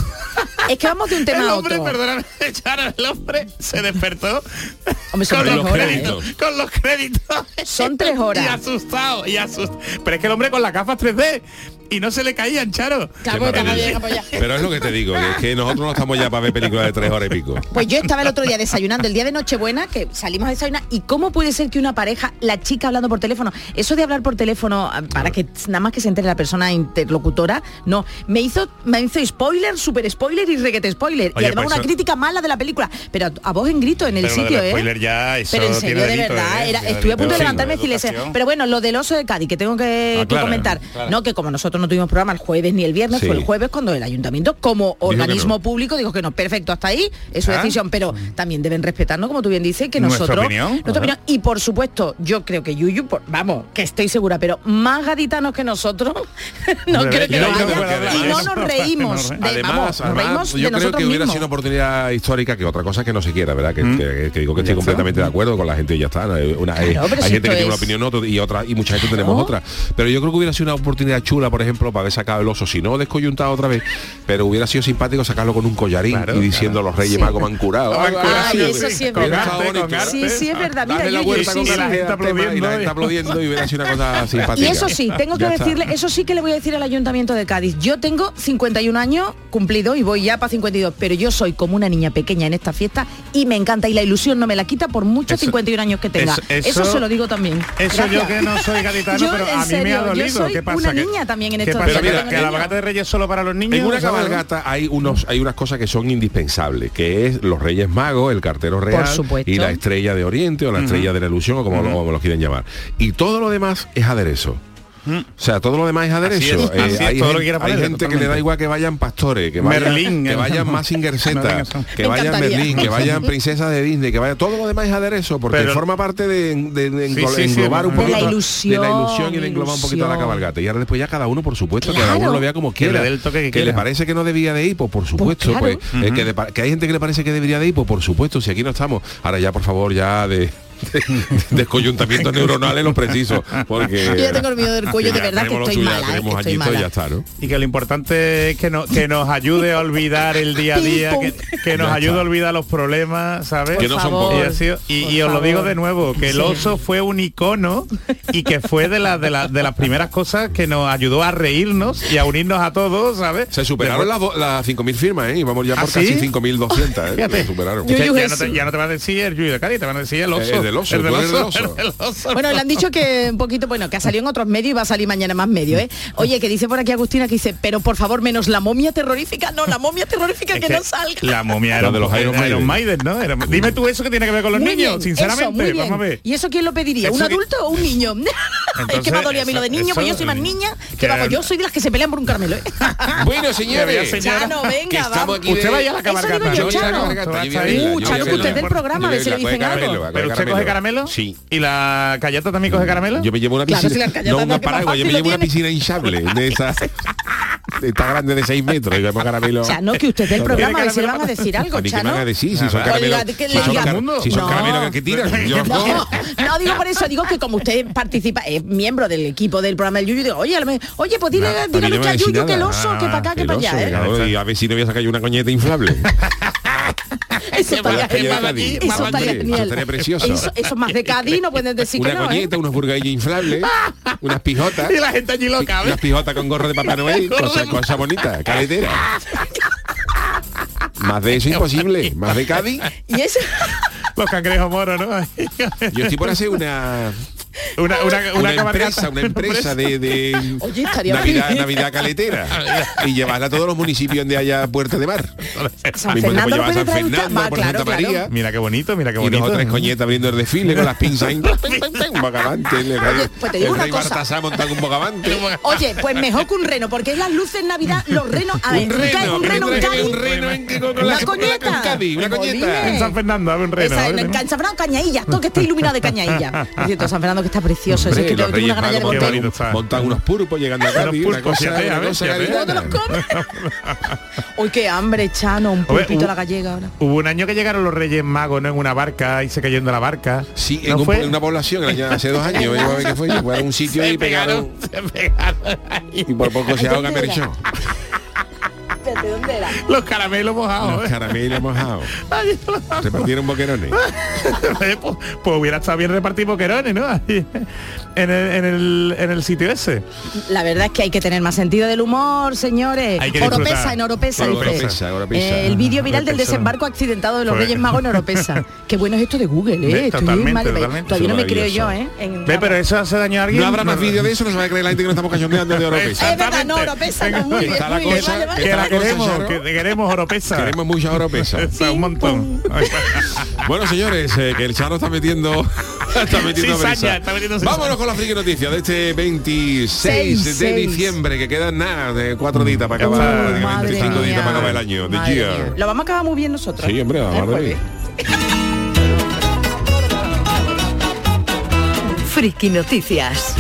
Speaker 2: Es que vamos de un tema
Speaker 3: el
Speaker 2: a
Speaker 3: hombre,
Speaker 2: Este otro.
Speaker 3: perdóname, Charo, el hombre se despertó
Speaker 2: Hombre, son
Speaker 3: con,
Speaker 2: tres
Speaker 3: los
Speaker 2: horas, ¿eh?
Speaker 3: créditos, con los créditos.
Speaker 2: Son tres horas.
Speaker 3: Y asustado, y asustado. Pero es que el hombre con las gafas 3D y no se le caían, Charo.
Speaker 2: Claro, porque
Speaker 1: Qué
Speaker 2: acabo de
Speaker 1: maravilla.
Speaker 2: llegar para allá.
Speaker 1: Pero es lo que te digo, que es que nosotros no estamos ya para ver películas de tres horas y pico.
Speaker 2: Pues yo estaba el otro día desayunando, el día de Nochebuena, que salimos a desayunar, y cómo puede ser que una pareja, la chica hablando por teléfono, eso de hablar por teléfono ah, para que t- nada más que se entere la persona interlocutora, no, me hizo, me hizo spoiler, super spoiler y reguete spoiler. y
Speaker 3: Oye,
Speaker 2: además
Speaker 3: pues
Speaker 2: una
Speaker 3: eso-
Speaker 2: crítica mala de la película, pero a, a voz en grito en el
Speaker 3: Pero lo
Speaker 2: sitio,
Speaker 3: del
Speaker 2: ¿eh?
Speaker 3: spoiler ya, eso
Speaker 2: pero en serio,
Speaker 3: tiene
Speaker 2: de
Speaker 3: delito,
Speaker 2: verdad,
Speaker 3: ¿eh?
Speaker 2: era-
Speaker 3: Tiene
Speaker 2: estuvo a punto de
Speaker 3: delito.
Speaker 2: levantarme y decirle,
Speaker 3: Educación.
Speaker 2: pero bueno, lo del oso de Cádiz, que tengo que,
Speaker 1: Ah,
Speaker 2: que
Speaker 1: claro,
Speaker 2: comentar,
Speaker 1: claro.
Speaker 2: no, que como nosotros no tuvimos programa el jueves ni el viernes,
Speaker 1: Sí.
Speaker 2: fue el jueves cuando el ayuntamiento, como
Speaker 1: que
Speaker 2: organismo
Speaker 1: no.
Speaker 2: público, dijo que no, perfecto, hasta ahí, es su
Speaker 3: Ah.
Speaker 2: decisión, pero también deben respetarnos, como tú bien dices, que
Speaker 3: Nuestra
Speaker 2: nosotros...
Speaker 3: opinión, ajá.
Speaker 2: opinión. Y por supuesto, yo creo que Yuyu, por- vamos, que estoy segura, pero más gaditanos que nosotros, no
Speaker 3: Hombre,
Speaker 2: creo que
Speaker 3: yo
Speaker 2: lo
Speaker 3: no creo que
Speaker 2: haya.
Speaker 3: además-
Speaker 2: Y no nos reímos, de,
Speaker 3: Además,
Speaker 2: vamos, nos reímos de
Speaker 1: yo creo
Speaker 2: nosotros
Speaker 1: que hubiera
Speaker 2: mismos.
Speaker 1: sido una oportunidad histórica que otra cosa que no se quiera, ¿verdad? Que, que- que digo que
Speaker 3: Mm. Ya
Speaker 1: estoy
Speaker 3: está.
Speaker 1: completamente de acuerdo con la gente y ya está. Una- eh,
Speaker 2: Claro, pero
Speaker 1: hay
Speaker 2: si
Speaker 1: gente que
Speaker 2: esto
Speaker 1: tiene una
Speaker 2: es-
Speaker 1: opinión otra y otra y mucha gente tenemos
Speaker 2: Claro.
Speaker 1: otra. Pero yo creo que hubiera sido una oportunidad chula, por ejemplo, para haber sacado el oso, si no descoyuntado otra vez, pero hubiera sido simpático sacarlo con un collarín
Speaker 3: Claro,
Speaker 1: y diciendo los Reyes
Speaker 2: Sí.
Speaker 1: Magos me han curado.
Speaker 3: Me han curado,
Speaker 2: Ah,
Speaker 3: sí,
Speaker 2: eso
Speaker 3: sí.
Speaker 2: sí es
Speaker 3: Con
Speaker 2: verdad.
Speaker 3: arte, con
Speaker 1: Bonito.
Speaker 3: arte.
Speaker 2: Sí, sí, es verdad. Mira,
Speaker 1: Dale la
Speaker 2: Yuyu,
Speaker 1: vuelta
Speaker 2: sí,
Speaker 1: con
Speaker 2: sí.
Speaker 1: la gente aplaudiendo y la gente
Speaker 3: ¿eh?
Speaker 1: aplaudiendo y hubiera sido una cosa
Speaker 2: Y
Speaker 1: simpática.
Speaker 2: eso sí, tengo que
Speaker 1: Ya está.
Speaker 2: decirle, eso sí que le voy a decir al Ayuntamiento de Cádiz. Yo tengo 51 años cumplido y voy ya para 52, pero yo soy como una niña pequeña en esta fiesta y me encanta y la ilusión no me la quita por muchos
Speaker 3: Eso-
Speaker 2: 51 años que tenga.
Speaker 3: eso-
Speaker 2: Eso,
Speaker 3: eso-
Speaker 2: se lo digo también.
Speaker 3: Eso yo
Speaker 2: Gracias.
Speaker 3: que no soy gaditano,
Speaker 2: Yo,
Speaker 3: pero
Speaker 2: en
Speaker 3: a mí me
Speaker 2: serio,
Speaker 3: ha
Speaker 2: yo
Speaker 3: dolido.
Speaker 2: soy
Speaker 3: ¿Qué pasa?
Speaker 2: una
Speaker 3: ¿Que-
Speaker 2: niña también en
Speaker 3: ¿qué
Speaker 2: estos
Speaker 3: pasa?
Speaker 1: días,
Speaker 3: ¿Que-
Speaker 1: tengo
Speaker 3: ¿Que la
Speaker 2: niños.
Speaker 3: bagata de Reyes es solo para los niños?
Speaker 1: En una
Speaker 3: ¿No sabes?
Speaker 1: cabalgata hay unos hay unas cosas que son indispensables, que es los Reyes Magos, el cartero real
Speaker 2: supuesto.
Speaker 1: y la estrella de Oriente o la estrella de la ilusión o como lo- como los quieren llamar. Y todo lo demás es aderezo. O sea, todo lo demás es aderezo. Eh,
Speaker 3: es, Mm. así es,
Speaker 1: hay
Speaker 3: todo lo
Speaker 1: gen-
Speaker 3: que quiera
Speaker 1: hay
Speaker 3: ponerle,
Speaker 1: gente que le da
Speaker 3: totalmente.
Speaker 1: igual que vayan pastores, que vayan,
Speaker 3: Merlín,
Speaker 1: que
Speaker 3: eh.
Speaker 1: vayan Mazinger Z,
Speaker 3: Merlín, eso.
Speaker 1: que
Speaker 2: Me
Speaker 1: vayan
Speaker 2: encantaría.
Speaker 1: Merlín, que vayan princesas de Disney, que vayan todo lo demás es aderezo, porque
Speaker 3: Pero-
Speaker 1: forma parte de, de- de
Speaker 3: Sí,
Speaker 1: englo-
Speaker 3: sí, sí,
Speaker 1: englobar un
Speaker 3: de la
Speaker 1: poquito de la
Speaker 2: ilusión,
Speaker 1: ilusión y de englobar un poquito la
Speaker 2: ilusión.
Speaker 1: cabalgata. Y ahora después ya cada uno, por supuesto, que cada
Speaker 2: Claro.
Speaker 1: uno lo vea como
Speaker 3: Que le
Speaker 1: quiera,
Speaker 3: dé el toque que
Speaker 1: le
Speaker 3: quiera.
Speaker 1: parezca parece que no debía de ir, pues por supuesto,
Speaker 2: claro.
Speaker 1: pues, eh, que, de- que hay gente que le parece que debería de ir, pues por supuesto, si aquí no estamos. Ahora ya, por favor, ya de descoyuntamientos neuronales los precisos. Porque
Speaker 2: Yo ya tengo el miedo del cuello, de
Speaker 1: Ya
Speaker 2: verdad que
Speaker 1: tenemos lo
Speaker 2: estoy
Speaker 1: suyo, ya
Speaker 2: mala, eh, que
Speaker 1: tenemos
Speaker 2: estoy
Speaker 1: añitos y
Speaker 2: mala.
Speaker 1: ya está, ¿no?
Speaker 3: Y que lo importante es que, no- que nos ayude a olvidar el día a día, que, que nos
Speaker 1: Ya
Speaker 3: ayude
Speaker 1: está.
Speaker 3: a olvidar los problemas, ¿sabes?
Speaker 1: Que no son
Speaker 2: favor.
Speaker 3: Y,
Speaker 1: pocos.
Speaker 3: ha sido- y-
Speaker 2: Por
Speaker 3: y os lo digo
Speaker 2: favor.
Speaker 3: de nuevo, que el
Speaker 2: Sí.
Speaker 3: oso fue un icono y que fue de, las de, las de las primeras cosas que nos ayudó a reírnos y a unirnos a todos, ¿sabes?
Speaker 1: Se superaron las, do- las 5.000 firmas, ¿eh? Y vamos ya
Speaker 3: ¿Ah,
Speaker 1: por
Speaker 3: sí?
Speaker 1: casi 5.200, ¿eh?
Speaker 3: Fíjate.
Speaker 1: Lo superaron.
Speaker 3: Ya-
Speaker 2: Yuyu
Speaker 3: ya, no te,
Speaker 2: Jesús.
Speaker 3: ya no te van a decir el Yuyu de Cali, te van a decir el oso.
Speaker 1: El del oso, tú eres del oso.
Speaker 3: el oso.
Speaker 2: Bueno, le han dicho que un poquito, bueno, que ha salido en otros medios y va a salir mañana en más medios, ¿eh? Oye, que dice por aquí Agustina que dice, pero por favor, menos la momia terrorífica, no, la momia terrorífica
Speaker 3: Es
Speaker 2: que,
Speaker 3: que
Speaker 2: no salga.
Speaker 3: La momia
Speaker 1: Lo
Speaker 3: era
Speaker 1: de los Iron Maiden.
Speaker 3: Iron Maiden, ¿no? Era- dime tú eso que tiene que ver con los
Speaker 2: Muy
Speaker 3: niños,
Speaker 2: bien, eso,
Speaker 3: sinceramente.
Speaker 2: muy bien.
Speaker 3: Vamos a ver.
Speaker 2: ¿Y eso quién lo pediría? ¿Un
Speaker 3: Eso que-
Speaker 2: adulto o un niño? es que
Speaker 3: Entonces,
Speaker 2: me ha dolido a mí lo de
Speaker 3: eso-
Speaker 2: niño, pues yo
Speaker 3: eso-
Speaker 2: soy más niña, que
Speaker 3: que-
Speaker 2: vamos, yo soy de las que se pelean por un caramelo, ¿eh?
Speaker 1: Bueno,
Speaker 3: Había
Speaker 1: señores.
Speaker 3: señal-
Speaker 2: Ya
Speaker 3: Señora,
Speaker 2: no, venga,
Speaker 1: que estamos
Speaker 2: vamos.
Speaker 1: aquí de-
Speaker 3: Usted vaya a la
Speaker 2: Eso digo
Speaker 3: cabalgata.
Speaker 2: yo,
Speaker 1: Yo voy a la
Speaker 2: Chano.
Speaker 1: cabalgata, yo voy a
Speaker 3: Uh,
Speaker 1: verla, yo voy a
Speaker 3: Chano, que
Speaker 1: verla.
Speaker 3: usted del
Speaker 2: programa,
Speaker 1: Yo
Speaker 2: a ver
Speaker 1: voy
Speaker 2: si le
Speaker 1: la- voy a
Speaker 2: dicen algo.
Speaker 1: caramelo, voy a
Speaker 3: ¿Pero usted
Speaker 1: caramelo.
Speaker 3: coge caramelo?
Speaker 1: Sí.
Speaker 3: ¿Y la callata también coge caramelo?
Speaker 1: Yo me llevo una
Speaker 2: Claro,
Speaker 1: piscina.
Speaker 2: si la
Speaker 1: no,
Speaker 2: callada
Speaker 1: una
Speaker 2: es que más
Speaker 1: paraguas, yo me
Speaker 2: fácil
Speaker 1: llevo
Speaker 2: lo tiene.
Speaker 1: una piscina hinchable de esa. de esta grande de 6 metros. Y vamos caramelo.
Speaker 2: Chano, que usted del programa, a ver si le van a decir algo,
Speaker 1: A mí que me
Speaker 2: Chano.
Speaker 1: van a decir si son
Speaker 3: Oiga,
Speaker 1: caramelos.
Speaker 2: que
Speaker 1: Si
Speaker 2: le
Speaker 1: son,
Speaker 2: diga-
Speaker 1: car- si son
Speaker 2: No.
Speaker 1: caramelos que tiran. Yo
Speaker 2: No,
Speaker 1: no.
Speaker 2: no digo por eso, digo que como usted participa, es miembro del equipo del programa del Yuyu, digo, oye, a lo mejor- oye, pues dile,
Speaker 1: Nah, a mí
Speaker 2: dile
Speaker 1: no me
Speaker 2: que a
Speaker 1: decís
Speaker 2: Yuyu, que el
Speaker 1: nada. Ah,
Speaker 2: oso, que para acá, que
Speaker 1: El
Speaker 2: para
Speaker 1: oso,
Speaker 2: allá, ¿eh?
Speaker 1: claro, y a ver si no voy a sacar yo una coñeta inflable.
Speaker 2: Eso estaría
Speaker 1: Yo de
Speaker 2: genial.
Speaker 1: Cádiz,
Speaker 2: Eso
Speaker 1: vamos,
Speaker 2: estaría
Speaker 1: hombre,
Speaker 2: genial.
Speaker 1: eso estaría precioso.
Speaker 2: Eso, eso más de Cádiz no pueden decir
Speaker 1: una
Speaker 2: que no, ¿eh?
Speaker 1: coñeta, unos burguillos inflables, unas pijotas.
Speaker 3: Y la gente allí loca, ¿ves?
Speaker 1: Unas pijotas con gorro de Papá Noel, cosa, cosa bonita, caletera. Más de eso imposible, más de Cádiz.
Speaker 2: Y eso...
Speaker 3: Los cangrejos moros, ¿no? una,
Speaker 1: Yo estoy por hacer una,
Speaker 3: una,
Speaker 1: una,
Speaker 3: cabalgata.
Speaker 1: empresa, una empresa de, de
Speaker 2: Oye, estaría
Speaker 1: Navidad,
Speaker 2: bien.
Speaker 1: Navidad caletera. Y llevarla a todos los municipios de allá a Puerta de Mar.
Speaker 2: San
Speaker 1: Mismo te
Speaker 2: Fernando
Speaker 1: puedes
Speaker 2: lo
Speaker 1: llevar a
Speaker 2: puede
Speaker 1: San
Speaker 2: traer usted.
Speaker 1: Fernando,
Speaker 2: Va,
Speaker 1: por
Speaker 2: claro,
Speaker 1: Santa
Speaker 2: claro.
Speaker 1: María.
Speaker 3: Mira qué bonito, mira qué
Speaker 1: Y
Speaker 3: bonito.
Speaker 1: dos o tres coñetas abriendo el desfile con las pinzas ahí. Un bogavante. El rey,
Speaker 2: pues te digo
Speaker 1: el
Speaker 2: una
Speaker 1: rey
Speaker 2: cosa.
Speaker 1: Baltasar montando un bogavante.
Speaker 2: Oye, pues mejor que un reno, porque es las luces en Navidad, los renos... A ver, un reno, un reno, en Cádiz, una coñeta.
Speaker 3: En San Fernando, a ver un reno.
Speaker 2: Esa,
Speaker 3: a
Speaker 2: en,
Speaker 3: ver,
Speaker 2: en
Speaker 3: ¿no?
Speaker 2: San Fernando Cañailla, todo que esté iluminado de Cañailla. Por cierto, San Fernando que está precioso, eso es que tengo tengo una gana ya de
Speaker 3: Magos, qué
Speaker 2: meter.
Speaker 3: bonito está.
Speaker 1: Montar unos pulpos llegando a
Speaker 3: Unos
Speaker 1: Cádiz, una
Speaker 3: pulpos,
Speaker 1: cosa,
Speaker 3: fíjate, a
Speaker 1: una
Speaker 3: ver,
Speaker 1: cosa
Speaker 3: fíjate.
Speaker 1: gaditana.
Speaker 2: ¿Cómo te los comes? Uy, qué hambre, Chano, un
Speaker 3: Hombre,
Speaker 2: pulpito a la
Speaker 3: u-
Speaker 2: gallega ahora.
Speaker 3: Hubo un año que llegaron los Reyes Magos, ¿no? En una barca y se cayó de la barca.
Speaker 1: Sí, en,
Speaker 3: ¿No
Speaker 1: un-
Speaker 3: fue?
Speaker 1: en una población, el año- hace dos años, yo iba a ver qué fue, llegaron a un sitio y pegaron,
Speaker 3: se pegaron ahí.
Speaker 1: y por poco se
Speaker 2: Ay,
Speaker 1: ahoga
Speaker 2: ¿dónde era?
Speaker 1: Merchón.
Speaker 2: ¿De dónde era?
Speaker 3: Los caramelos mojados.
Speaker 1: Los
Speaker 3: ¿eh?
Speaker 1: caramelos mojados.
Speaker 3: Ay, los-
Speaker 1: Repartieron boquerones.
Speaker 3: Eh, pues, pues hubiera estado bien repartir boquerones, ¿no? Ahí, en, el, en, el, en el sitio ese.
Speaker 2: La verdad es que hay que tener más sentido del humor, señores.
Speaker 3: Hay que disfrutar.
Speaker 2: Oropesa, en Oropesa. dice.
Speaker 1: Oropesa, Oropesa.
Speaker 2: Eh, el vídeo viral del
Speaker 3: Oropesa.
Speaker 2: desembarco accidentado de los
Speaker 3: Pues-
Speaker 2: Reyes Magos en Oropesa. Qué bueno es esto de Google,
Speaker 3: Ve,
Speaker 2: ¿eh? Estoy
Speaker 3: totalmente,
Speaker 2: mal-
Speaker 3: totalmente.
Speaker 2: Todavía no me creo
Speaker 1: Maravilloso.
Speaker 2: yo, ¿eh? En-
Speaker 3: Ve, pero eso hace daño a alguien.
Speaker 1: No habrá más vídeo de eso, no se va a creer la gente que no estamos cachondeando de
Speaker 2: Eh, Es
Speaker 1: Oropesa.
Speaker 2: verdad, no,
Speaker 3: Exactamente.
Speaker 2: Oropesa, no,
Speaker 3: Venga,
Speaker 2: muy
Speaker 3: que
Speaker 2: bien,
Speaker 1: está la
Speaker 2: muy bien,
Speaker 1: cosa,
Speaker 2: vale, vale.
Speaker 3: Que la
Speaker 1: Esta cosa,
Speaker 3: queremos,
Speaker 1: Charo.
Speaker 3: que queremos Oropesa.
Speaker 1: Queremos mucha Oropesa.
Speaker 3: Esa, un montón.
Speaker 1: Bueno, señores, eh, que el Charo está metiendo... está metiendo
Speaker 3: Cizaña,
Speaker 1: brisa.
Speaker 3: está metiendo cizaña.
Speaker 1: Vámonos con la friki noticia de este 26
Speaker 2: Seis,
Speaker 1: de
Speaker 2: seis.
Speaker 1: diciembre, que quedan nada de cuatro ditas para acabar,
Speaker 3: Uh,
Speaker 1: prácticamente
Speaker 2: Madre
Speaker 1: cinco ditas
Speaker 2: mía.
Speaker 1: para acabar el año, the
Speaker 2: Madre
Speaker 1: year.
Speaker 2: mía. Lo vamos a acabar muy bien nosotros. ¿eh?
Speaker 1: Sí, hombre,
Speaker 2: El
Speaker 1: ahora
Speaker 2: jueves.
Speaker 1: bien.
Speaker 6: Friki Noticias.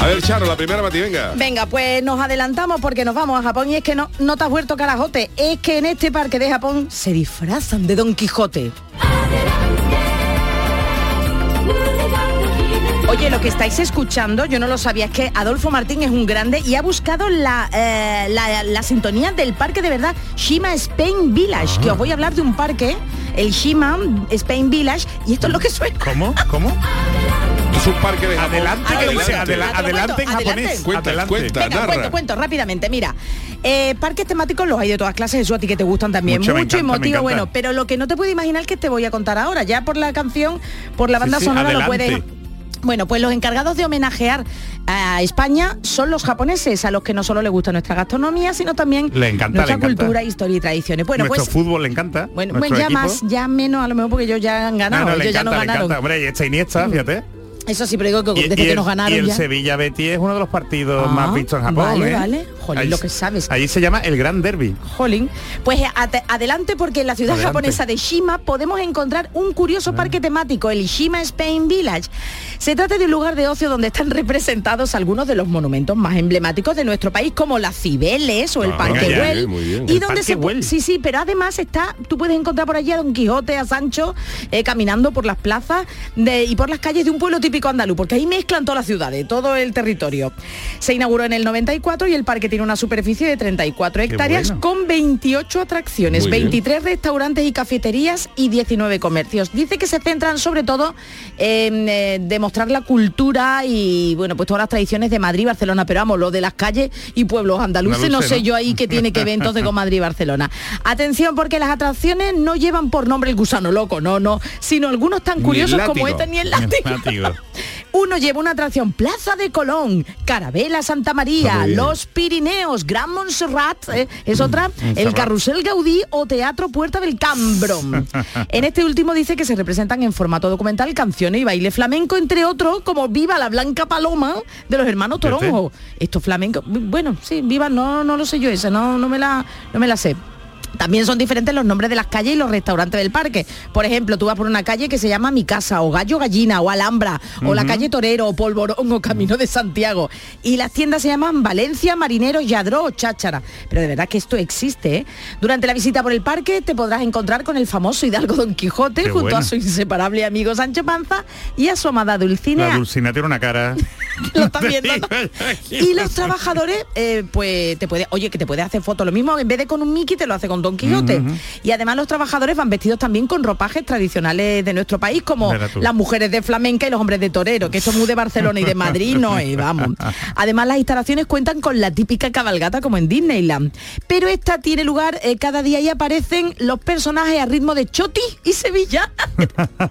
Speaker 1: A ver, Charo, la primera para ti, venga.
Speaker 2: Venga, pues nos adelantamos porque nos vamos a Japón y es que no, no te has vuelto carajote, es que en este parque de Japón se disfrazan de Don Quijote. Oye, lo que estáis escuchando, yo no lo sabía, es que Adolfo Martín es un grande y ha buscado la, eh, la- la sintonía del parque de verdad, Shima Spain Village, que os voy a hablar de un parque, el Shima Spain Village, y esto es lo que suena.
Speaker 3: ¿Cómo? ¿Cómo?
Speaker 1: Es un parque de Japón.
Speaker 3: Adelante, que dice adela-
Speaker 2: Adelante.
Speaker 3: adelante en japonés.
Speaker 1: Cuenta,
Speaker 3: adelante.
Speaker 1: cuenta.
Speaker 2: Venga,
Speaker 1: narra.
Speaker 2: cuento, cuento rápidamente. Mira, eh, parques temáticos los hay de todas clases, eso a ti que te gustan también.
Speaker 3: Mucho,
Speaker 2: Mucho,
Speaker 3: me
Speaker 2: y
Speaker 3: encanta, me
Speaker 2: motivo,
Speaker 3: encanta.
Speaker 2: bueno, pero lo que no te puedo imaginar que te voy a contar ahora, ya por la canción, por la banda
Speaker 3: sí,
Speaker 2: sonora lo
Speaker 3: adelante.
Speaker 2: puedes... Bueno, pues los encargados de homenajear a España son los japoneses, a los que no solo les gusta nuestra gastronomía, sino también
Speaker 3: Le encanta,
Speaker 2: nuestra
Speaker 3: le encanta.
Speaker 2: cultura, historia y tradiciones. Bueno,
Speaker 3: Nuestro
Speaker 2: pues...
Speaker 3: fútbol le encanta.
Speaker 2: Bueno,
Speaker 3: nuestro
Speaker 2: bueno, ya
Speaker 3: equipo.
Speaker 2: más, ya menos, a lo mejor porque ellos ya han
Speaker 3: Ah,
Speaker 2: ganado,
Speaker 3: no, le
Speaker 2: ellos ya
Speaker 3: encanta,
Speaker 2: no
Speaker 3: le
Speaker 2: ganaron. Mm.
Speaker 3: encanta. Hombre, y esta Iniesta, fíjate.
Speaker 2: Eso sí, pero digo que
Speaker 3: Y,
Speaker 2: desde
Speaker 3: y
Speaker 2: que
Speaker 3: el,
Speaker 2: nos ganaron
Speaker 3: y el
Speaker 2: ya.
Speaker 3: Sevilla Betty es uno de los partidos
Speaker 2: Ah,
Speaker 3: más vistos en Japón.
Speaker 2: vale,
Speaker 3: ¿eh?
Speaker 2: vale. Jolín, lo que sabes.
Speaker 3: Ahí se llama el Gran Derby.
Speaker 2: Jolín. Pues eh, ate- adelante porque en la ciudad
Speaker 3: Adelante.
Speaker 2: japonesa de Shima podemos encontrar un curioso parque temático, el Shima Spain Village. Se trata de un lugar de ocio donde están representados algunos de los monumentos más emblemáticos de nuestro país, como las Cibeles o el
Speaker 1: Ah,
Speaker 3: venga
Speaker 2: Parque
Speaker 3: ya,
Speaker 2: Güell.
Speaker 1: eh, muy bien.
Speaker 2: Y
Speaker 3: El
Speaker 2: donde
Speaker 3: Parque
Speaker 2: se pu-
Speaker 3: Güell.
Speaker 2: Sí, sí, pero además está, tú puedes encontrar por allí a Don Quijote, a Sancho, eh, caminando por las plazas de- y por las calles de un pueblo típico andaluz, porque ahí mezclan todas las ciudades, todo el territorio. Se inauguró en el 94 y el parque tiene una superficie de 34 hectáreas
Speaker 3: bueno.
Speaker 2: con 28 atracciones,
Speaker 1: Muy bien.
Speaker 2: 23 restaurantes y cafeterías y 19 comercios. Dice que se centran sobre todo en eh, demostrar la cultura y bueno, pues todas las tradiciones de Madrid, Barcelona, pero vamos, lo de las calles y pueblos andaluces, no
Speaker 3: Andaluces,
Speaker 2: sé
Speaker 3: ¿no?
Speaker 2: yo ahí qué tiene que ver entonces con Madrid y Barcelona. Atención porque las atracciones no llevan por nombre el gusano loco, no, no, sino algunos tan
Speaker 1: Ni el
Speaker 2: curiosos como
Speaker 1: látigo.
Speaker 2: este ni el látigo.
Speaker 3: Látigo.
Speaker 2: Uno lleva una atracción Plaza de Colón, Carabela Santa
Speaker 1: Está
Speaker 2: María,
Speaker 1: muy bien.
Speaker 2: Los Pirineos, Gran Montserrat, eh, es otra, el
Speaker 3: Montserrat.
Speaker 2: Carrusel Gaudí o Teatro Puerta del Cambrón. en este último dice que se representan en formato documental canciones y baile flamenco, entre otros como Viva la Blanca Paloma de los hermanos
Speaker 3: Fíjate.
Speaker 2: Toronjo. Esto flamenco, bueno, sí, Viva, no, no lo sé yo esa, no, no, me la, no me la sé. También son diferentes los nombres de las calles y los restaurantes del parque. Por ejemplo, tú vas por una calle que se llama Mi Casa, o Gallo Gallina, o Alhambra, o la calle Torero, o Polvorón, o Camino de Santiago. Y las tiendas se llaman Valencia, Marinero, Yadró o Cháchara. Pero de verdad que esto existe, ¿eh? Durante la visita por el parque te podrás encontrar con el famoso Hidalgo Don Quijote,
Speaker 3: Qué
Speaker 2: junto a
Speaker 3: bueno.
Speaker 2: su inseparable amigo Sancho Panza, y a su amada Dulcinea.
Speaker 3: La Dulcina tiene una cara.
Speaker 2: Lo están viendo,
Speaker 3: Te digo,
Speaker 2: ¿no?
Speaker 3: yo-
Speaker 2: Y los trabajadores, eh, pues te puede, oye, que te puede hacer fotos. Lo mismo, en vez de con un Mickey, te lo hace con Don Quijote. Y además los trabajadores van vestidos también con ropajes tradicionales de nuestro país, como
Speaker 3: Mira tú.
Speaker 2: las mujeres de flamenca y los hombres de torero, que eso es muy de Barcelona y de Madrid, no es, vamos. Además, las instalaciones cuentan con la típica cabalgata como en Disneyland. Pero esta tiene lugar eh, cada día y aparecen los personajes a ritmo de Choti y Sevilla.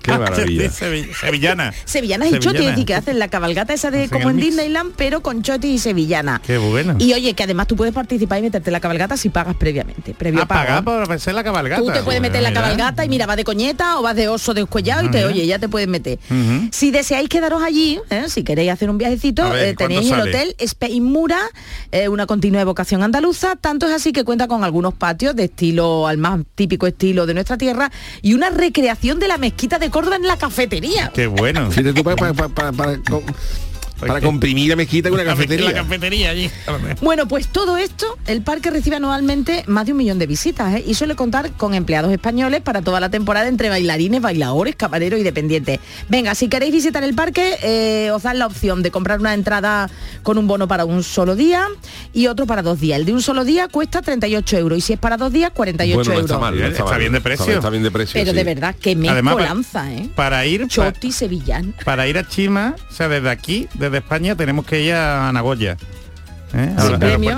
Speaker 1: Qué maravilla.
Speaker 3: Sevill- Ah, Sevillana. Ah,
Speaker 2: Sevillanas y chotis, es decir, que hacen la cabalgata esa de
Speaker 3: Hacen
Speaker 2: como
Speaker 3: el
Speaker 2: en
Speaker 3: mix.
Speaker 2: Disneyland, pero con chotis y sevillana.
Speaker 3: Qué bueno.
Speaker 2: Y oye, que además tú puedes participar y meterte en la cabalgata si pagas previamente. Previo
Speaker 3: Ah, pagar
Speaker 2: pago.
Speaker 3: por hacer la cabalgata.
Speaker 2: Tú te puedes meter en la
Speaker 3: Mira.
Speaker 2: cabalgata y mira, vas de coñeta o vas de oso descuellado y te, oye, ya te puedes meter.
Speaker 3: Ujú.
Speaker 2: Si deseáis quedaros allí, ¿eh? si queréis hacer un
Speaker 3: A
Speaker 2: viajecito,
Speaker 3: ver,
Speaker 2: eh,
Speaker 3: ¿cuándo
Speaker 2: tenéis el
Speaker 3: sale?
Speaker 2: hotel Spain Mura, eh, una continua evocación andaluza, tanto es así que cuenta con algunos patios de estilo, al más típico estilo de nuestra tierra, y una recreación de la mezquita de Córdoba en la cafetería.
Speaker 3: Qué bueno.
Speaker 1: Fíjate tú, pa- pa- pa- pa- para, com- para comprimir la mezquita con una
Speaker 3: La
Speaker 1: cafetería.
Speaker 3: cafetería allí.
Speaker 2: Bueno, pues todo esto, el parque recibe anualmente más de un millón de visitas ¿eh? y suele contar con empleados españoles para toda la temporada entre bailarines, bailadores, camareros y dependientes. Venga, si queréis visitar el parque, eh, os dan la opción de comprar una entrada con un bono para un solo día y otro para dos días. El de un solo día cuesta 38 euros y si es para dos días, 48
Speaker 1: Bueno, no
Speaker 2: euros.
Speaker 1: está mal, no
Speaker 3: Está
Speaker 1: mal.
Speaker 3: bien de precio.
Speaker 1: Está bien de precio.
Speaker 2: Pero
Speaker 1: sí.
Speaker 2: de verdad, qué
Speaker 3: Además, pa-
Speaker 2: mezcolanza, ¿eh?
Speaker 3: Para ir pa-
Speaker 2: Choti sevillán.
Speaker 3: para ir a Chima, o sea, desde aquí, desde España, tenemos que ir a Nagoya. ¿Eh? Al
Speaker 2: Sin
Speaker 3: aeropuerto
Speaker 2: premio,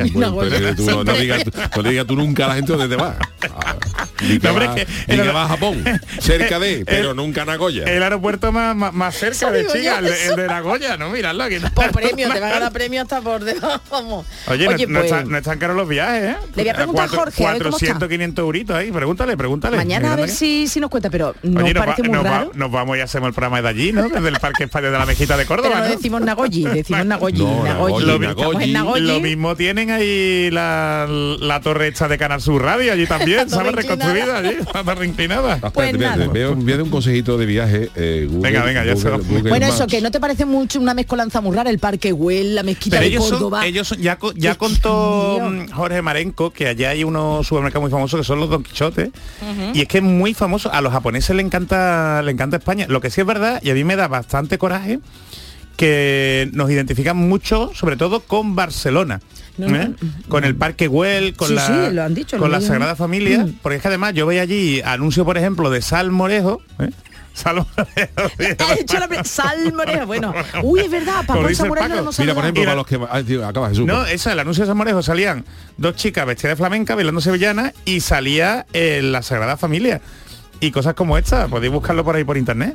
Speaker 3: de
Speaker 2: sin
Speaker 3: Nagoya.
Speaker 2: premio.
Speaker 1: Bueno,
Speaker 2: Nagoya.
Speaker 1: pero tú no, no
Speaker 2: Siempre.
Speaker 1: digas, no le digas tú nunca a la gente dónde te vas. Ah, Ni que
Speaker 3: No, hombre,
Speaker 1: vas
Speaker 3: es que-
Speaker 1: ni que
Speaker 3: el-
Speaker 1: vas a Japón, cerca de, pero
Speaker 3: el-
Speaker 1: nunca a Nagoya.
Speaker 3: El aeropuerto más, más, más cerca
Speaker 2: Eso
Speaker 3: de
Speaker 2: digo yo,
Speaker 3: China, el, de-
Speaker 2: eso.
Speaker 3: el de Nagoya, ¿no? Miradlo aquí.
Speaker 2: Por premio, te van a dar premio hasta por debajo. vamos.
Speaker 3: Oye, no- no,
Speaker 2: pues-
Speaker 3: están, no están caros los viajes, ¿eh?
Speaker 2: Le voy a preguntar a
Speaker 3: Cuatro-
Speaker 2: Jorge, a ver cómo
Speaker 3: 400,
Speaker 2: está.
Speaker 3: 500 euritos ahí, pregúntale, pregúntale.
Speaker 2: Mañana a ver si, si nos cuenta, pero nos
Speaker 3: Oye, nos,
Speaker 2: parece
Speaker 3: va-
Speaker 2: muy
Speaker 3: nos va-
Speaker 2: raro.
Speaker 3: nos vamos y hacemos el programa de allí, ¿no? Desde el Parque España de la Mejita de
Speaker 2: Pero
Speaker 3: Córdoba,
Speaker 2: no
Speaker 3: ¿no?
Speaker 2: decimos Nagoyi, decimos Nagoyi,
Speaker 1: No,
Speaker 2: Nagoyi.
Speaker 1: Nagoyi,
Speaker 2: Estamos en
Speaker 1: Nagoyi.
Speaker 3: Lo
Speaker 2: Nagoyi.
Speaker 3: mismo tienen ahí la, la torre esta de Canal Sur Radio allí también,
Speaker 2: Torre
Speaker 3: ¿sabes?
Speaker 2: inclinada.
Speaker 3: Reconstruida allí, la torre inclinada.
Speaker 1: Ah,
Speaker 2: pues
Speaker 1: espérate, espérate,
Speaker 2: nada.
Speaker 1: veo, veo un consejito de viaje. eh, Google-
Speaker 3: Venga, venga, ya se lo-
Speaker 1: Google
Speaker 2: Bueno, eso,
Speaker 1: Maps.
Speaker 2: que no te parece mucho una mezcolanza muy rara, el Parque Güell, la mezquita
Speaker 3: Pero
Speaker 2: de
Speaker 3: ellos
Speaker 2: Córdoba.
Speaker 3: son, ellos son- ya, co- ya
Speaker 2: Qué
Speaker 3: contó
Speaker 2: cambio.
Speaker 3: mm, Jorge Marenco que allá hay unos supermercados muy famosos que son los Don Quijote y es que es muy famoso. A los japoneses le encanta, le encanta España. Lo que sí es verdad y a mí me da bastante coraje que nos identifican mucho, sobre todo con Barcelona,
Speaker 2: No, no,
Speaker 3: ¿eh?
Speaker 2: no.
Speaker 3: con el Parque Güell, con
Speaker 2: Sí,
Speaker 3: la,
Speaker 2: sí, lo han dicho, lo
Speaker 3: con la
Speaker 2: digo.
Speaker 3: Sagrada Familia,
Speaker 2: Mm.
Speaker 3: porque es que además yo veía allí anuncio, por ejemplo, de Salmorejo. ¿eh? Salmorejo.
Speaker 2: Ha hecho la pre- Sal Morejo, bueno. Uy, es verdad,
Speaker 3: Como
Speaker 2: Paco
Speaker 3: dice el
Speaker 2: Samurai no
Speaker 3: Paco.
Speaker 2: lo hemos
Speaker 1: Mira, por ejemplo,
Speaker 3: Mira.
Speaker 1: para los que... ah, tío, acaba Jesús.
Speaker 3: No, eso, el anuncio de Salmorejo salían dos chicas vestidas de flamenca bailando sevillana y salía eh, la Sagrada Familia. Y cosas como esta, podéis buscarlo por ahí por internet.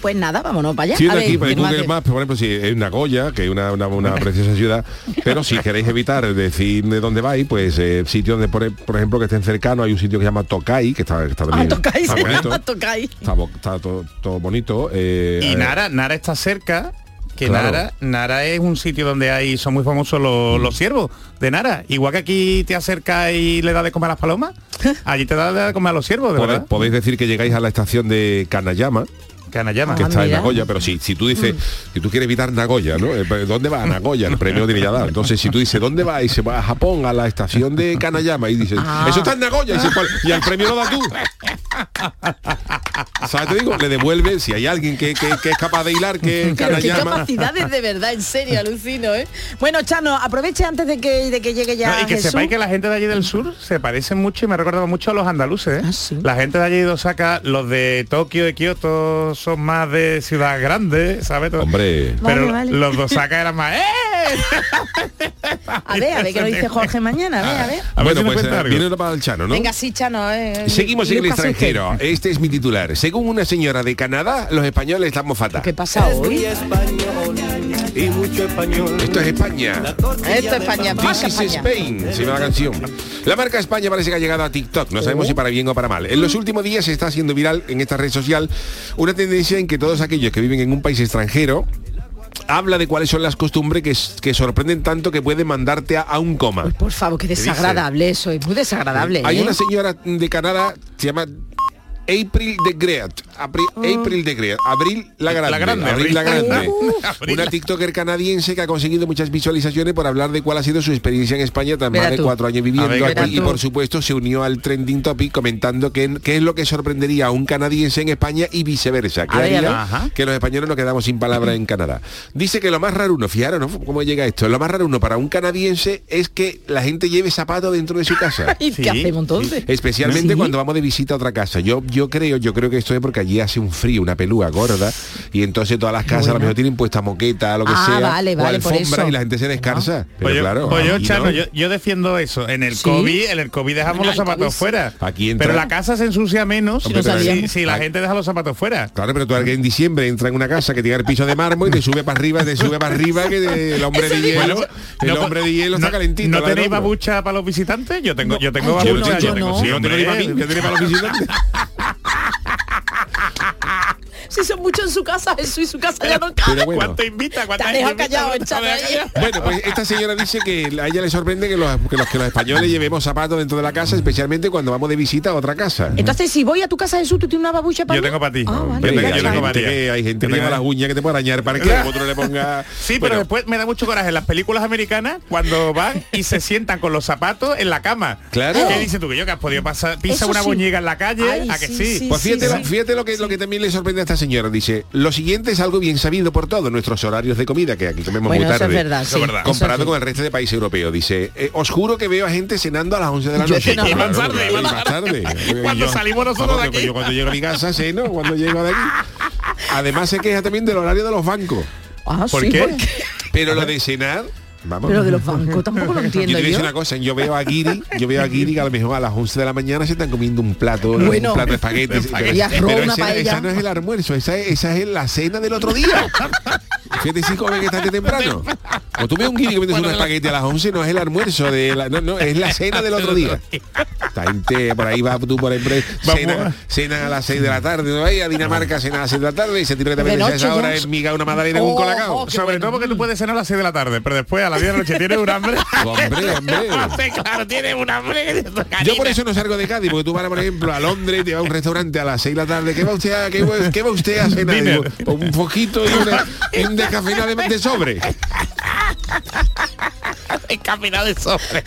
Speaker 2: Pues nada, vámonos para allá.
Speaker 1: Si
Speaker 2: A ver,
Speaker 1: aquí para el
Speaker 2: Irma,
Speaker 1: Google
Speaker 2: que-
Speaker 1: Maps, por ejemplo, si es Nagoya, que es una, una- una preciosa ciudad, pero si queréis evitar decir de dónde vais, pues eh, sitios donde, por, e- por ejemplo, que estén cercanos, hay un sitio que se llama Tokai, que está, está
Speaker 2: Ah,
Speaker 1: también
Speaker 2: tocáis,
Speaker 1: está bonito,
Speaker 2: tocáis.
Speaker 1: está, bo- está todo, todo bonito. eh,
Speaker 3: Y
Speaker 1: eh,
Speaker 3: Nara, Nara está cerca. Que
Speaker 1: Claro. Mm.
Speaker 3: Nara, Nara es un sitio donde hay, son muy famosos los, los ciervos de Nara. Igual que aquí te acerca y le da de comer a las palomas, allí te da de comer a los ciervos, de
Speaker 1: pode-
Speaker 3: verdad.
Speaker 1: podéis decir que llegáis a la estación de Kanayama,
Speaker 3: Canallama.
Speaker 1: que
Speaker 2: Ah,
Speaker 1: está en
Speaker 2: mira. Mm.
Speaker 1: Nagoya, pero si, si tú dices, si tú quieres evitar Nagoya, ¿no? Eh, pero ¿Dónde va a Nagoya? El premio de dar. Entonces, si tú dices, ¿dónde va? Y se va a Japón, a la estación de Kanayama, y dices,
Speaker 2: Ah.
Speaker 1: eso está en Nagoya, y, dices, "¿Cuál? Y al premio lo das tú. ¿Sabes? Te digo, le devuelve, si hay alguien que, que- que es capaz de hilar, que
Speaker 2: Pero qué
Speaker 1: Kanayama...
Speaker 2: capacidades de verdad, en serio, alucino, ¿eh? Bueno, Chano, aproveche antes de que, de que llegue ya
Speaker 3: No, y que
Speaker 2: Jesús.
Speaker 3: sepáis que la gente de allí del sur se parece mucho y me recordaba mucho a los andaluces. ¿eh?
Speaker 2: Ah, sí.
Speaker 3: La gente de allí de Osaka, los de Tokio y Kioto son más de ciudad grande, ¿sabes?
Speaker 1: Hombre.
Speaker 3: Pero
Speaker 2: Vale, vale.
Speaker 3: los de Osaka eran más... ¡Eh!
Speaker 2: A ver, a ver qué nos dice Jorge mañana, a ver, a ver.
Speaker 3: A ver
Speaker 1: bueno,
Speaker 3: si me
Speaker 1: pues
Speaker 3: cuenta
Speaker 1: eh,
Speaker 3: algo.
Speaker 1: viene para el Chano, ¿no?
Speaker 2: Venga, sí, Chano. eh,
Speaker 1: Seguimos en el
Speaker 2: Lucas, usted.
Speaker 1: extranjero. Este es mi titular. Según una señora de Canadá, los españoles estamos fatal.
Speaker 2: ¿Qué pasa hoy?
Speaker 1: Esto es España.
Speaker 2: Esto es España,
Speaker 1: This
Speaker 2: pasa
Speaker 1: is
Speaker 2: España.
Speaker 1: Spain, se llama la canción. La marca España parece que ha llegado a TikTok, no sabemos si para bien o para mal. En los últimos días se está haciendo viral en esta red social una tendencia en que todos aquellos que viven en un país extranjero habla de cuáles son las costumbres que, s- que sorprenden tanto que pueden mandarte a, a un coma.
Speaker 2: Por favor, qué
Speaker 1: dice?
Speaker 2: desagradable eso, es muy desagradable.
Speaker 1: Hay
Speaker 2: ¿eh?
Speaker 1: una señora de Canadá, se llama April de Great. Apri-
Speaker 2: Ah.
Speaker 1: April de Great. Abril la Grande.
Speaker 3: La grande,
Speaker 1: Abril la
Speaker 3: Abril.
Speaker 1: Grande.
Speaker 3: Uh. Abril
Speaker 1: Una
Speaker 3: la-
Speaker 1: TikToker canadiense que ha conseguido muchas visualizaciones por hablar de cuál ha sido su experiencia en España tras
Speaker 2: Verá
Speaker 1: más de
Speaker 2: tú.
Speaker 1: cuatro años
Speaker 3: A ver,
Speaker 1: viviendo
Speaker 3: verá
Speaker 1: aquí. Y
Speaker 2: tú.
Speaker 1: por supuesto se unió al trending topic comentando qué, qué es lo que sorprendería a un canadiense en España y viceversa. Que
Speaker 2: A ver, a
Speaker 1: haría
Speaker 3: ver. Ajá.
Speaker 1: que los españoles nos quedamos sin palabras en Canadá. Dice que lo más raro uno, fijaros ¿no? cómo llega esto, lo más raro uno para un canadiense es que la gente lleve zapatos dentro de su casa.
Speaker 2: ¿Y
Speaker 3: Sí,
Speaker 2: qué hacemos entonces?
Speaker 1: Especialmente
Speaker 2: ¿Ah, Sí.
Speaker 1: cuando vamos de visita a otra casa. Yo, yo creo, yo creo que esto es porque allí hace un frío, una pelúa gorda, y entonces todas las casas a lo mejor tienen puesta moqueta, lo que
Speaker 2: Ah,
Speaker 1: sea,
Speaker 2: vale, vale,
Speaker 1: o
Speaker 2: por
Speaker 1: alfombra
Speaker 2: eso. Ah.
Speaker 1: y la gente se descarza. Pero
Speaker 3: Pues yo,
Speaker 1: claro,
Speaker 3: pues yo,
Speaker 1: aquí
Speaker 3: Chano,
Speaker 1: no.
Speaker 3: yo, yo defiendo eso. En el
Speaker 2: Sí.
Speaker 3: COVID, en el COVID dejamos
Speaker 2: Bueno,
Speaker 3: los
Speaker 2: el
Speaker 3: zapatos
Speaker 2: COVID.
Speaker 3: fuera.
Speaker 1: Aquí entra-
Speaker 3: Pero la casa se ensucia menos
Speaker 1: Hombre,
Speaker 3: si-
Speaker 1: pero
Speaker 3: si,
Speaker 1: ahí-
Speaker 3: si la
Speaker 1: aquí-
Speaker 3: gente deja los zapatos fuera.
Speaker 1: Claro, pero tú alguien en diciembre entra en una casa que tiene el piso de mármol y te sube para arriba, te sube para arriba, que te- el hombre de
Speaker 3: Bueno,
Speaker 1: hielo, el
Speaker 3: no-
Speaker 1: hombre de hielo
Speaker 3: no-
Speaker 1: está calentito.
Speaker 3: ¿No
Speaker 1: la
Speaker 3: tenéis
Speaker 1: broma.
Speaker 3: babucha para los visitantes? Yo tengo, yo tengo
Speaker 2: Ay, yo
Speaker 3: babucha.
Speaker 2: no, yo no.
Speaker 3: sí,
Speaker 1: Yo
Speaker 3: hombre.
Speaker 1: tengo ni para mí, yo tengo ni para los visitantes.
Speaker 2: Si son muchos en su casa, Jesús y su casa ya no cabe.
Speaker 1: Pero bueno.
Speaker 3: ¿Cuánto invita?
Speaker 2: Te
Speaker 3: ¿Cuánta
Speaker 2: has
Speaker 3: gente
Speaker 2: dejado
Speaker 3: invita?
Speaker 2: callado,
Speaker 3: ¿Cuánta-
Speaker 2: Chano, ¿eh?
Speaker 3: cuánta-
Speaker 2: ahí.
Speaker 1: Bueno, pues esta señora dice que a ella le sorprende que los, que los, que los españoles llevemos zapatos dentro de la casa, especialmente cuando vamos de visita a otra casa.
Speaker 2: Entonces, si voy a tu casa, Jesús, ¿tú tienes una babucha para
Speaker 3: Yo
Speaker 2: mí?
Speaker 3: tengo para ti.
Speaker 2: Ah,
Speaker 3: Hombre,
Speaker 2: vale,
Speaker 1: Hombre,
Speaker 3: yo
Speaker 2: ya
Speaker 1: hay,
Speaker 3: tengo
Speaker 2: está.
Speaker 3: para
Speaker 1: gente
Speaker 3: varias.
Speaker 1: que, hay gente
Speaker 3: Yo
Speaker 1: que
Speaker 3: tengo
Speaker 1: lleva las
Speaker 3: varias.
Speaker 1: uñas que te puede arañar para que el otro le ponga...
Speaker 3: Sí,
Speaker 1: Bueno,
Speaker 3: pero después me da mucho coraje en las películas americanas cuando van y se sientan con los zapatos en la cama.
Speaker 1: Claro.
Speaker 3: ¿Qué dices tú que yo que has podido pasar? Pisa
Speaker 2: Eso
Speaker 3: una
Speaker 2: sí.
Speaker 3: boñiga en la calle,
Speaker 2: Ay,
Speaker 3: a que
Speaker 2: sí,
Speaker 3: sí.
Speaker 2: sí,
Speaker 1: Pues fíjate,
Speaker 2: sí,
Speaker 1: la-
Speaker 2: sí.
Speaker 1: fíjate lo, que, lo que también le sorprende a esta señora. Dice, lo siguiente es algo bien sabido por todos nuestros horarios de comida, que aquí comemos
Speaker 2: Bueno,
Speaker 1: muy
Speaker 2: eso
Speaker 1: tarde.
Speaker 2: es verdad,
Speaker 3: Eso es
Speaker 2: sí,
Speaker 3: verdad.
Speaker 2: eso
Speaker 1: Comparado
Speaker 2: sí.
Speaker 1: con el resto de países europeos, dice, "Eh, os juro que veo a gente cenando a las 11 de la
Speaker 2: Yo
Speaker 1: noche.
Speaker 2: que no. Y
Speaker 3: más tarde,
Speaker 1: claro,
Speaker 3: y más
Speaker 1: y más tarde.
Speaker 3: Cuando
Speaker 1: Yo-
Speaker 3: salimos nosotros de
Speaker 1: Vamos, que
Speaker 3: aquí.
Speaker 1: Yo cuando llego a mi casa ceno, cuando llego de aquí. Además se queja también del horario de los bancos.
Speaker 2: Ah,
Speaker 3: ¿Por
Speaker 2: sí,
Speaker 3: qué?
Speaker 2: ¿por qué?
Speaker 1: Pero lo de cenar, vamos.
Speaker 2: Pero de los bancos tampoco lo
Speaker 1: Yo
Speaker 2: entiendo
Speaker 1: te voy a
Speaker 2: yo.
Speaker 1: decir una cosa, yo veo a Guiri, yo veo a Guiri que a lo mejor a las 11 de la mañana se están comiendo un plato,
Speaker 2: Bueno.
Speaker 1: un plato de espaguetis.
Speaker 2: Y arroz, una
Speaker 1: esa,
Speaker 2: paella.
Speaker 1: esa no es el almuerzo, esa es, esa es la cena del otro día. Fíjate si come que tarde temprano. O tú ves un Guiri comiendo un espagueti a las 11, no es el almuerzo, de la, no, no, es la cena del otro día. Esta gente por ahí va tú por ahí, por ahí,
Speaker 3: Vamos
Speaker 1: cena, cena a las 6 de la tarde, ¿no? Ahí a Dinamarca cena a las 6 de la tarde y se tira
Speaker 2: De
Speaker 1: también a
Speaker 2: noche
Speaker 1: esa
Speaker 2: ya.
Speaker 1: hora es miga una madalena con un
Speaker 2: Oh,
Speaker 1: colacao.
Speaker 2: oh, qué
Speaker 3: Sobre
Speaker 2: bueno.
Speaker 3: todo porque tú puedes cenar a las 6 de la tarde, pero después a las 10 de la noche tienes un hambre.
Speaker 1: Hombre, hombre.
Speaker 3: Sí, claro, tienes un hambre.
Speaker 1: Yo por eso no salgo de Cádiz, porque tú vas, por ejemplo, a Londres y te vas a un restaurante a las 6 de la tarde. ¿Qué va usted a, qué va, qué va usted a cenar?
Speaker 3: Dinner.
Speaker 1: Digo, pues, un foquito y una, y un descafeinado de, de sobre.
Speaker 3: Encaminado de sobre.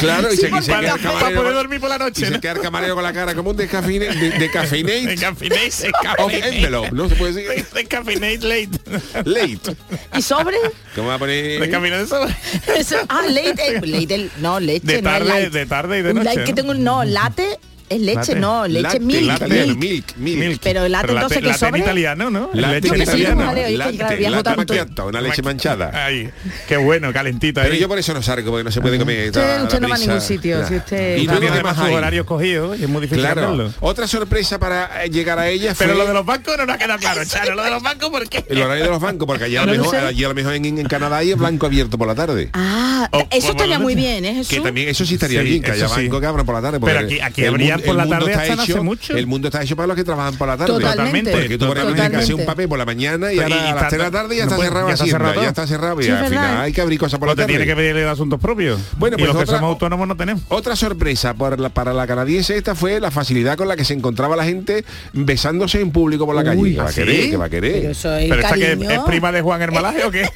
Speaker 1: Claro, y se, y se
Speaker 3: Para,
Speaker 1: queda
Speaker 3: para
Speaker 1: el
Speaker 3: poder
Speaker 1: camarero.
Speaker 3: dormir por la
Speaker 1: Y
Speaker 3: noche.
Speaker 1: se
Speaker 3: ¿no?
Speaker 1: queda el camarero con la cara como un descafine, de, descafinate
Speaker 3: Encafinate,
Speaker 1: of
Speaker 3: encafinate.
Speaker 1: envelope, ¿no? Se puede decir
Speaker 3: Encafinate late.
Speaker 1: late.
Speaker 2: ¿Y sobre?
Speaker 1: ¿Cómo va a poner?
Speaker 3: Encaminate de sobre.
Speaker 2: Eso- ah, late, eh, late, el- no, leche,
Speaker 3: De
Speaker 2: no,
Speaker 3: tarde,
Speaker 2: light.
Speaker 3: de tarde y de
Speaker 2: Un
Speaker 3: noche,
Speaker 2: light que
Speaker 3: ¿no?
Speaker 2: tengo, no, late Es leche,
Speaker 3: Latte.
Speaker 2: no, leche
Speaker 1: Latte,
Speaker 2: milk.
Speaker 1: latte,
Speaker 2: milk.
Speaker 1: milk, milk.
Speaker 2: Pero el latte entonces que
Speaker 3: latte en
Speaker 2: sobre.
Speaker 3: italiano, ¿no?
Speaker 1: Latte
Speaker 3: Leche
Speaker 2: en
Speaker 3: en
Speaker 2: italiano.
Speaker 3: italiano.
Speaker 2: Vale, oye, que
Speaker 1: Latte,
Speaker 2: viajo
Speaker 1: latte
Speaker 2: tanto.
Speaker 1: macchiato, una leche manchada.
Speaker 3: Ay, qué bueno, calentito
Speaker 1: Pero
Speaker 3: ahí.
Speaker 1: yo por eso no salgo, porque no se puede comer.
Speaker 2: Usted-
Speaker 1: da la
Speaker 2: usted no va a
Speaker 1: brisa.
Speaker 2: ningún sitio, si usted-
Speaker 1: Ah. Y
Speaker 3: y
Speaker 1: luego
Speaker 3: también
Speaker 1: además
Speaker 3: además sus
Speaker 1: hay-
Speaker 3: horarios cogidos y es muy difícil
Speaker 1: Claro.
Speaker 3: hacerlo.
Speaker 1: Otra sorpresa para eh, llegar a ella
Speaker 3: Pero
Speaker 1: fue
Speaker 3: lo de los bancos no nos ha quedado claro, Charo. Lo de los bancos, ¿por qué?
Speaker 1: el horario de los bancos, porque allá a lo
Speaker 2: No lo
Speaker 1: mejor,
Speaker 2: sé.
Speaker 1: allí a lo mejor en, en Canadá hay blanco abierto por la tarde.
Speaker 2: Ah,
Speaker 3: O-
Speaker 2: eso
Speaker 3: o
Speaker 2: estaría
Speaker 3: bueno,
Speaker 2: muy bien, ¿eh,
Speaker 1: Que
Speaker 2: Jesús?
Speaker 1: también eso sí estaría
Speaker 3: Sí,
Speaker 1: bien, que haya
Speaker 3: eso sí.
Speaker 1: banco que abran por la tarde. porque
Speaker 3: Pero aquí- aquí
Speaker 1: el
Speaker 3: abrían
Speaker 1: mun-
Speaker 3: por
Speaker 1: el
Speaker 3: la
Speaker 1: mundo
Speaker 3: tarde
Speaker 1: está
Speaker 3: hasta no hace
Speaker 1: hecho-
Speaker 3: mucho.
Speaker 1: El mundo está hecho para los que trabajan por la tarde.
Speaker 2: Totalmente.
Speaker 1: Porque tú ahora tienes que hacer un
Speaker 2: Totalmente.
Speaker 1: papel por la mañana y ahora a las
Speaker 3: Totalmente.
Speaker 1: 3 de la tarde ya
Speaker 3: No
Speaker 1: está
Speaker 3: puede-
Speaker 1: cerrado
Speaker 3: ya está
Speaker 1: Hacienda,
Speaker 3: cerrado
Speaker 1: ya
Speaker 3: todo.
Speaker 1: está cerrado
Speaker 2: Sí,
Speaker 1: y
Speaker 2: es
Speaker 1: al final
Speaker 2: verdad.
Speaker 1: hay que abrir cosas por
Speaker 3: Pues
Speaker 1: la
Speaker 3: te tiene que
Speaker 1: tarde.
Speaker 3: pedirle de asuntos propios.
Speaker 1: Bueno,
Speaker 3: y
Speaker 1: pues
Speaker 3: los que
Speaker 1: otra-
Speaker 3: somos autónomos no tenemos.
Speaker 1: Otra sorpresa por la- para la canadiense esta fue la facilidad con la que se encontraba la gente besándose en público por la calle.
Speaker 3: Uy,
Speaker 1: ¿Qué va a
Speaker 3: ¿ah, sí?
Speaker 1: querer? ¿Qué va a
Speaker 2: Pero
Speaker 1: querer?
Speaker 2: eso es
Speaker 3: Pero esta que
Speaker 2: cariño.
Speaker 3: es, es prima de Juan Hermalaje o qué?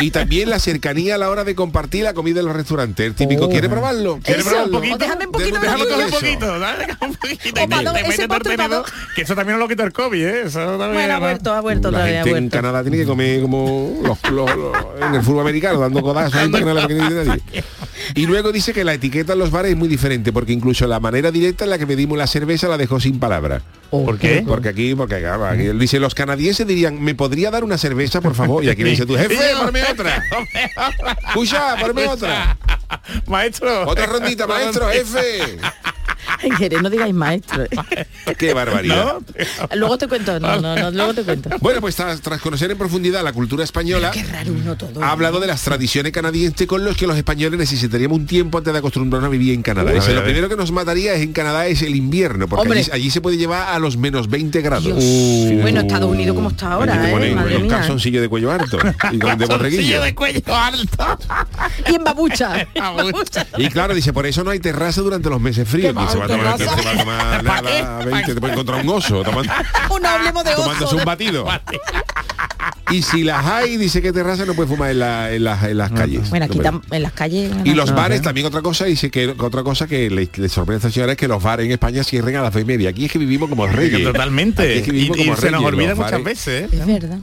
Speaker 1: Y también la cercanía a la hora de compartir la comida en los restaurantes. El típico, ¿quiere probarlo?
Speaker 2: Oh.
Speaker 1: ¿Quiere
Speaker 2: Eso,
Speaker 1: probarlo?
Speaker 2: o déjame un
Speaker 3: Déjame
Speaker 2: poquito Déjame
Speaker 3: tocar un
Speaker 2: eso.
Speaker 3: poquito, dale, déjame un poquito.
Speaker 2: O
Speaker 3: Y te-
Speaker 2: perdón,
Speaker 3: te
Speaker 2: ese
Speaker 3: metes
Speaker 2: postre,
Speaker 3: tenedor,
Speaker 2: perdón.
Speaker 3: que eso también no lo quita el COVID, ¿eh? Eso también,
Speaker 2: Bueno, ha
Speaker 3: ¿no?
Speaker 2: vuelto, ha vuelto
Speaker 1: la
Speaker 2: todavía, ha
Speaker 1: gente en
Speaker 2: vuelto.
Speaker 1: Canadá tiene que comer como los, los- los- en el fútbol americano, dando codazos ahí para que no le pegue nadie. Y luego dice que la etiqueta en los bares es muy diferente, porque incluso la manera directa en la que pedimos la cerveza la dejó sin palabra.
Speaker 2: Oh,
Speaker 3: ¿Por qué?
Speaker 1: Porque aquí, porque claro, aquí él dice, los canadienses dirían, ¿me podría dar una cerveza, por favor? Y aquí le dice tu jefe, ponme otra. Escucha, ponme otra.
Speaker 3: Maestro.
Speaker 1: Otra rondita, maestro, eh. jefe.
Speaker 2: Ay, Jerez, no digáis maestro.
Speaker 1: Qué barbaridad.
Speaker 3: ¿No?
Speaker 2: luego te cuento, no, no, no, luego te cuento.
Speaker 1: Bueno, pues tras, tras conocer en profundidad la cultura española,
Speaker 2: Qué raro uno todo. ¿eh?
Speaker 1: ha hablado de las tradiciones canadienses con los que los españoles necesitaríamos un tiempo antes de acostumbrarnos a vivir en Canadá.
Speaker 3: Uh,
Speaker 1: Dice,
Speaker 3: a ver,
Speaker 1: lo
Speaker 3: a ver.
Speaker 1: primero que nos mataría es en Canadá es el invierno, porque
Speaker 2: Hombre.
Speaker 1: allí, allí se puede llevar a los menos 20 grados.
Speaker 2: Dios. Bueno, Estados Unidos como está
Speaker 1: Allí
Speaker 2: ahora,
Speaker 1: te
Speaker 2: ¿eh?
Speaker 1: ponen
Speaker 2: Madre
Speaker 1: un
Speaker 2: mía.
Speaker 1: calzoncillo de cuello harto y con de borreguillo.
Speaker 3: Calzoncillo de cuello alto.
Speaker 2: Y en babucha.
Speaker 3: Babucha.
Speaker 1: Ah, Y claro, dice, por eso no hay terraza durante los meses fríos.
Speaker 2: ¿Qué
Speaker 1: Y se va a tomar,
Speaker 2: terraza?
Speaker 1: se va a tomar
Speaker 3: ¿Pa' qué?
Speaker 1: nada, 20, te puede encontrar un oso tomando,
Speaker 2: Un hablemos de
Speaker 1: tomándose
Speaker 2: oso.
Speaker 1: un batido. Y si las hay, dice que terraza no puede fumar en, la- en las- en las calles.
Speaker 2: Bueno, aquí
Speaker 1: No puede.
Speaker 2: tam- en las calles.
Speaker 1: Y
Speaker 2: bueno,
Speaker 1: los
Speaker 2: no.
Speaker 1: bares también otra cosa, dice que que otra cosa que le, le sorprende a esta señora es que los bares en España cierren a las seis y media. Aquí es que vivimos como reyes.
Speaker 3: Totalmente.
Speaker 1: Aquí es que
Speaker 3: Y,
Speaker 1: vivimos
Speaker 3: y
Speaker 1: como
Speaker 3: se nos
Speaker 1: reyes,
Speaker 3: olvida
Speaker 1: los
Speaker 3: muchas
Speaker 1: bares.
Speaker 3: veces. ¿eh?
Speaker 2: Es verdad.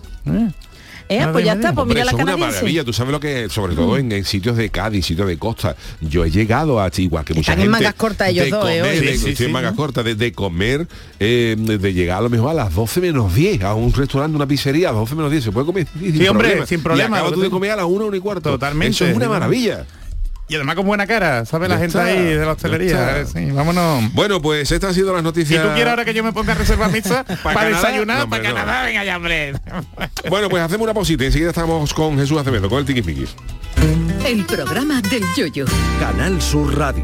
Speaker 2: Eh,
Speaker 3: Madre
Speaker 2: pues ya
Speaker 3: mía.
Speaker 2: está, pues
Speaker 1: Hombre,
Speaker 2: mira la
Speaker 1: eso es una
Speaker 2: canadiense.
Speaker 1: maravilla, tú sabes lo que, sobre
Speaker 2: Mm.
Speaker 1: todo en, en sitios de Cádiz, sitios de costa, yo he llegado a igual que mucha
Speaker 2: Están en
Speaker 1: gente.
Speaker 2: mangas cortas ellos
Speaker 1: de
Speaker 2: dos, eh,
Speaker 1: comer,
Speaker 2: hoy.
Speaker 1: de-
Speaker 3: Sí, sí,
Speaker 1: estoy en
Speaker 3: sí,
Speaker 1: mangas
Speaker 3: ¿no?
Speaker 1: cortas, de, de comer, eh, de llegar a lo mejor a las 12 menos 10, a un restaurante, una pizzería, a las 12 menos 10, se puede comer sin
Speaker 3: Sí, hombre, sin
Speaker 1: Y
Speaker 3: problema,
Speaker 1: acabas tú
Speaker 3: lo
Speaker 1: de
Speaker 3: tengo.
Speaker 1: comer a las 1, 1 y cuarto.
Speaker 3: Totalmente.
Speaker 1: Eso es una maravilla.
Speaker 3: Y además con buena cara, ¿sabes? La
Speaker 1: Ya
Speaker 3: gente
Speaker 1: está,
Speaker 3: ahí de
Speaker 1: ya
Speaker 3: la hostelería.
Speaker 1: está.
Speaker 3: Sí, vámonos.
Speaker 1: Bueno, pues estas han sido las
Speaker 3: Si
Speaker 1: noticias.
Speaker 3: tú quieres ahora que yo me ponga a reservar misa para
Speaker 1: Canadá?
Speaker 3: desayunar,
Speaker 1: No, hombre,
Speaker 3: para
Speaker 1: no.
Speaker 3: Canadá, venga ya, hombre.
Speaker 1: Bueno, pues hacemos una pausita y enseguida estamos con Jesús Acevedo, con el tiquismiquis.
Speaker 2: Oh.
Speaker 6: El programa del yoyo.
Speaker 5: Canal Sur Radio.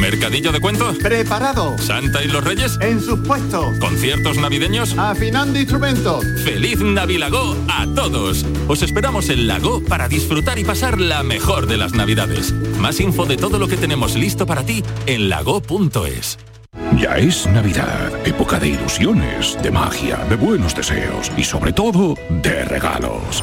Speaker 8: ¿Mercadillo de cuentos?
Speaker 9: Preparado.
Speaker 8: ¿Santa y los Reyes?
Speaker 9: En sus puestos.
Speaker 8: ¿Conciertos navideños?
Speaker 9: Afinando instrumentos.
Speaker 8: ¡Feliz Navilago a todos! Os esperamos en Lago para disfrutar y pasar la mejor de las Navidades. Más info de todo lo que tenemos listo para ti en lago.es.
Speaker 9: Ya es Navidad, época de ilusiones, de magia, de buenos deseos y sobre todo de regalos.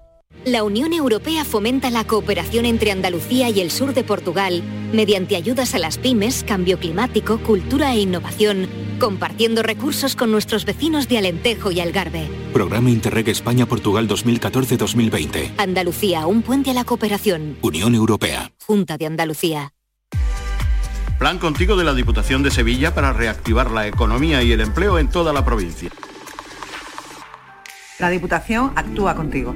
Speaker 10: La Unión Europea fomenta la cooperación entre Andalucía y el sur de Portugal mediante ayudas a las pymes, cambio climático, cultura e innovación, compartiendo recursos con nuestros vecinos de Alentejo y Algarve.
Speaker 9: Programa Interreg España-Portugal 2014-2020.
Speaker 10: Andalucía, un puente a la cooperación.
Speaker 9: Unión Europea.
Speaker 10: Junta de Andalucía.
Speaker 9: Plan contigo de la Diputación de Sevilla para reactivar la economía y el empleo en toda la provincia.
Speaker 11: La Diputación actúa contigo.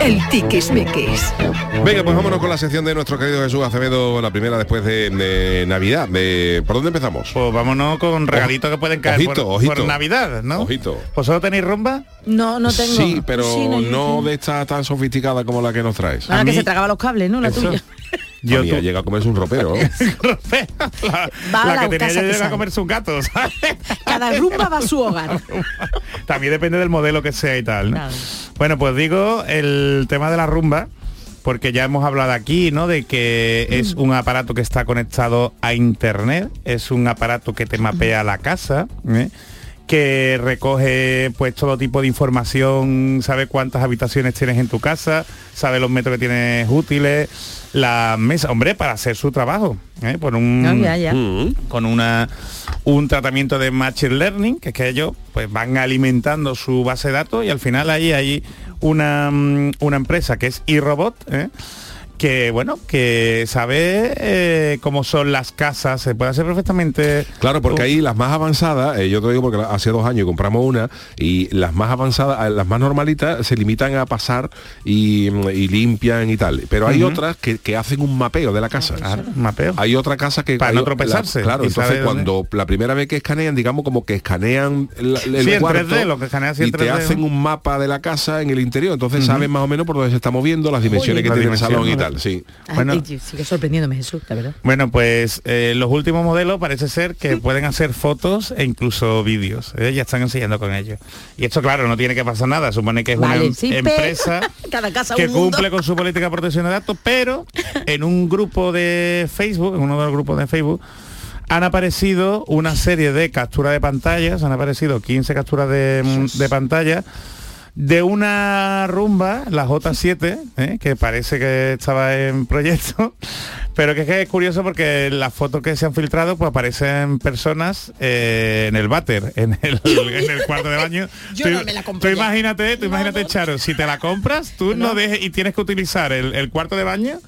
Speaker 6: El tiquismiquis.
Speaker 1: Venga, pues vámonos con la sección de nuestro querido Jesús Acevedo, la primera después de, de Navidad. De- ¿Por dónde empezamos?
Speaker 3: Pues vámonos con regalitos que pueden caer
Speaker 1: Ojito,
Speaker 3: por,
Speaker 1: ojito.
Speaker 3: por Navidad, ¿no?
Speaker 1: Ojito.
Speaker 3: ¿Vosotros tenéis rumba?
Speaker 2: No, no tengo.
Speaker 1: Sí, pero
Speaker 2: Sí,
Speaker 1: no,
Speaker 2: no, yo
Speaker 1: de esta tan sofisticada como la que nos traes.
Speaker 2: Ahora que se tragaba los cables, ¿no? La tuya.
Speaker 1: Yo llega a comerse un ropero. ¿eh?
Speaker 3: La,
Speaker 2: Va a
Speaker 3: la
Speaker 2: la
Speaker 3: que tenía
Speaker 2: casa
Speaker 3: yo
Speaker 2: que
Speaker 3: era
Speaker 2: sabe.
Speaker 3: comerse un gato, ¿sabes?
Speaker 2: Cada rumba va a su hogar.
Speaker 3: También depende del modelo que sea y tal, ¿no? Bueno, pues digo el tema de la rumba, porque ya hemos hablado aquí, ¿no? De que es un aparato que está conectado a internet, es un aparato que te mapea la casa, ¿eh? que recoge pues todo tipo de información, sabe cuántas habitaciones tienes en tu casa, sabe los metros que tienes útiles, la mesa, hombre, para hacer su trabajo, ¿eh? por
Speaker 1: Mm.
Speaker 3: un
Speaker 2: No, Ah, ya, ya.
Speaker 3: con una un tratamiento de machine learning, que es que ellos pues van alimentando su base de datos y al final ahí hay una, mm, una empresa que es iRobot, ¿eh? que bueno, que sabe eh, cómo son las casas, se puede hacer perfectamente.
Speaker 1: Claro, porque
Speaker 3: un-
Speaker 1: ahí las más avanzadas, eh, yo te digo porque la- hace dos años compramos una y las más avanzadas, eh, las más normalitas se limitan a pasar y, mm, y limpian y tal. Pero hay
Speaker 3: Ujú.
Speaker 1: otras que, que hacen un mapeo de la casa.
Speaker 3: mapeo.
Speaker 1: Hay otra casa que...
Speaker 3: Para
Speaker 1: hay
Speaker 3: no
Speaker 1: o- la-
Speaker 3: tropezarse
Speaker 1: claro,
Speaker 3: y
Speaker 1: entonces
Speaker 3: saber dónde-
Speaker 1: cuando la primera vez que escanean, digamos como que escanean la- el,
Speaker 3: Sí, en
Speaker 1: cuarto
Speaker 3: 3D, lo que escanean así en
Speaker 1: y te
Speaker 3: 3D, ¿no?
Speaker 1: hacen un mapa de la casa en el interior. Entonces saben más o menos por dónde se está moviendo, las dimensiones que
Speaker 3: Las
Speaker 1: tiene el salón y
Speaker 3: dimensiones,
Speaker 1: tal. Sí.
Speaker 2: Ay, Ah, y sigue sorprendiéndome Jesús, la verdad.
Speaker 3: Bueno, pues eh, los últimos modelos parece ser que pueden hacer fotos e incluso vídeos. ¿eh? Ya están enseñando con ellos. Y esto, claro, no tiene que pasar nada. Supone que es una em-
Speaker 2: sí, pero-
Speaker 3: empresa
Speaker 2: Cada casa
Speaker 3: que
Speaker 2: un mundo.
Speaker 3: cumple con su política de protección de datos, pero en un grupo de Facebook, en uno de los grupos de Facebook, han aparecido una serie de capturas de pantallas, han aparecido 15 capturas de, de pantalla de una rumba, la J7, ¿eh? que parece que estaba en proyecto, pero que es, que es curioso porque las fotos que se han filtrado pues aparecen personas eh, en el váter, en el, en el cuarto de baño.
Speaker 2: Yo
Speaker 3: Tú-
Speaker 2: no me la compro
Speaker 3: tú
Speaker 2: ya.
Speaker 3: imagínate, tú imagínate, Charo, si te la compras, tú no, dejes y tienes que utilizar el, el cuarto de baño,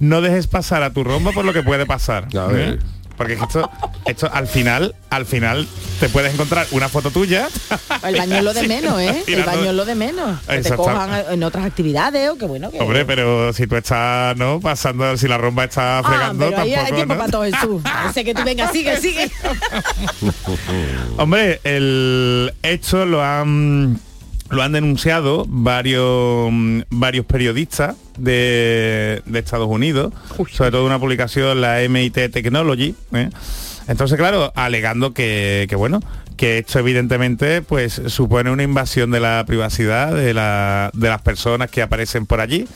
Speaker 3: no dejes pasar a tu rumba por lo que puede pasar.
Speaker 1: ver.
Speaker 3: ¿eh? Porque es que esto, esto al final, al final te puedes encontrar una foto tuya.
Speaker 2: El baño es lo de menos, ¿eh? El
Speaker 3: Tirando-
Speaker 2: baño es lo de menos. Que te
Speaker 3: Exacto.
Speaker 2: cojan en otras actividades o que bueno. Que...
Speaker 3: Hombre, pero si tú estás, ¿no? Pasando, si la rumba está
Speaker 2: Ah,
Speaker 3: fregando,
Speaker 2: pero ahí hay
Speaker 3: tampoco,
Speaker 2: tiempo
Speaker 3: ¿no?
Speaker 2: para todo Jesús. Sé que tú venga, sigue, sigue.
Speaker 3: Hombre, el hecho lo han lo han denunciado varios mm, varios periodistas de, de Estados Unidos, sobre todo una publicación la MIT Technology. ¿eh? Entonces, claro, alegando que, que, bueno, que esto evidentemente pues supone una invasión de la privacidad de, la- de las personas que aparecen por allí.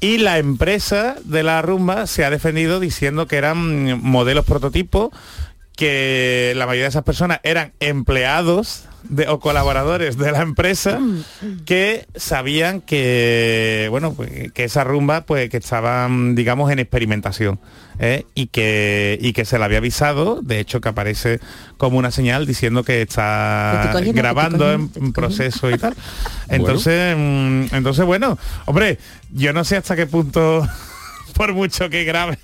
Speaker 3: Y la empresa de la rumba se ha defendido diciendo que eran modelos prototipos que la mayoría de esas personas eran empleados de, o colaboradores de la empresa
Speaker 2: Mm,
Speaker 3: que sabían que bueno pues, que esa rumba pues que estaban digamos en experimentación ¿eh? y que y que se la había avisado de hecho que aparece como una señal diciendo que
Speaker 2: Que
Speaker 3: está
Speaker 2: te cogen, que te
Speaker 3: grabando
Speaker 2: cogen,
Speaker 3: en, en proceso y tal entonces mm, entonces bueno hombre yo no sé hasta qué punto por mucho que grabe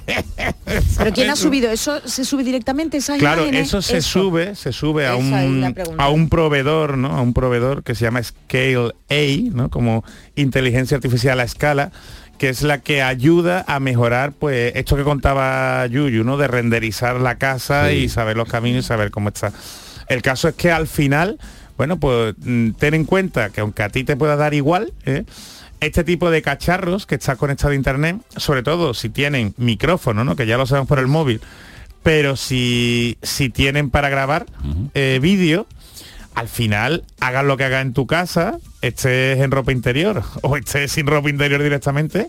Speaker 2: Pero ¿quién ha
Speaker 3: ¿sabes?
Speaker 2: subido? ¿Eso se sube directamente esas
Speaker 3: Claro,
Speaker 2: imágenes?
Speaker 3: eso se sube, se sube a
Speaker 2: Esa es la
Speaker 3: un,
Speaker 2: pregunta.
Speaker 3: a un proveedor, ¿no? A un proveedor que se llama Scale A, ¿no? Como inteligencia artificial a escala, que es la que ayuda a mejorar, pues, esto que contaba Yuyu, ¿no? De renderizar la casa y saber los caminos y saber cómo está. El caso es que al final, bueno, pues mm, ten en cuenta que aunque a ti te pueda dar igual, ¿eh? este tipo de cacharros que está conectado a internet, sobre todo si tienen micrófono, ¿no? Que ya lo sabemos por el móvil, pero si, si tienen para grabar eh, vídeo, al final hagas lo que hagas en tu casa, estés en ropa interior o estés sin ropa interior directamente,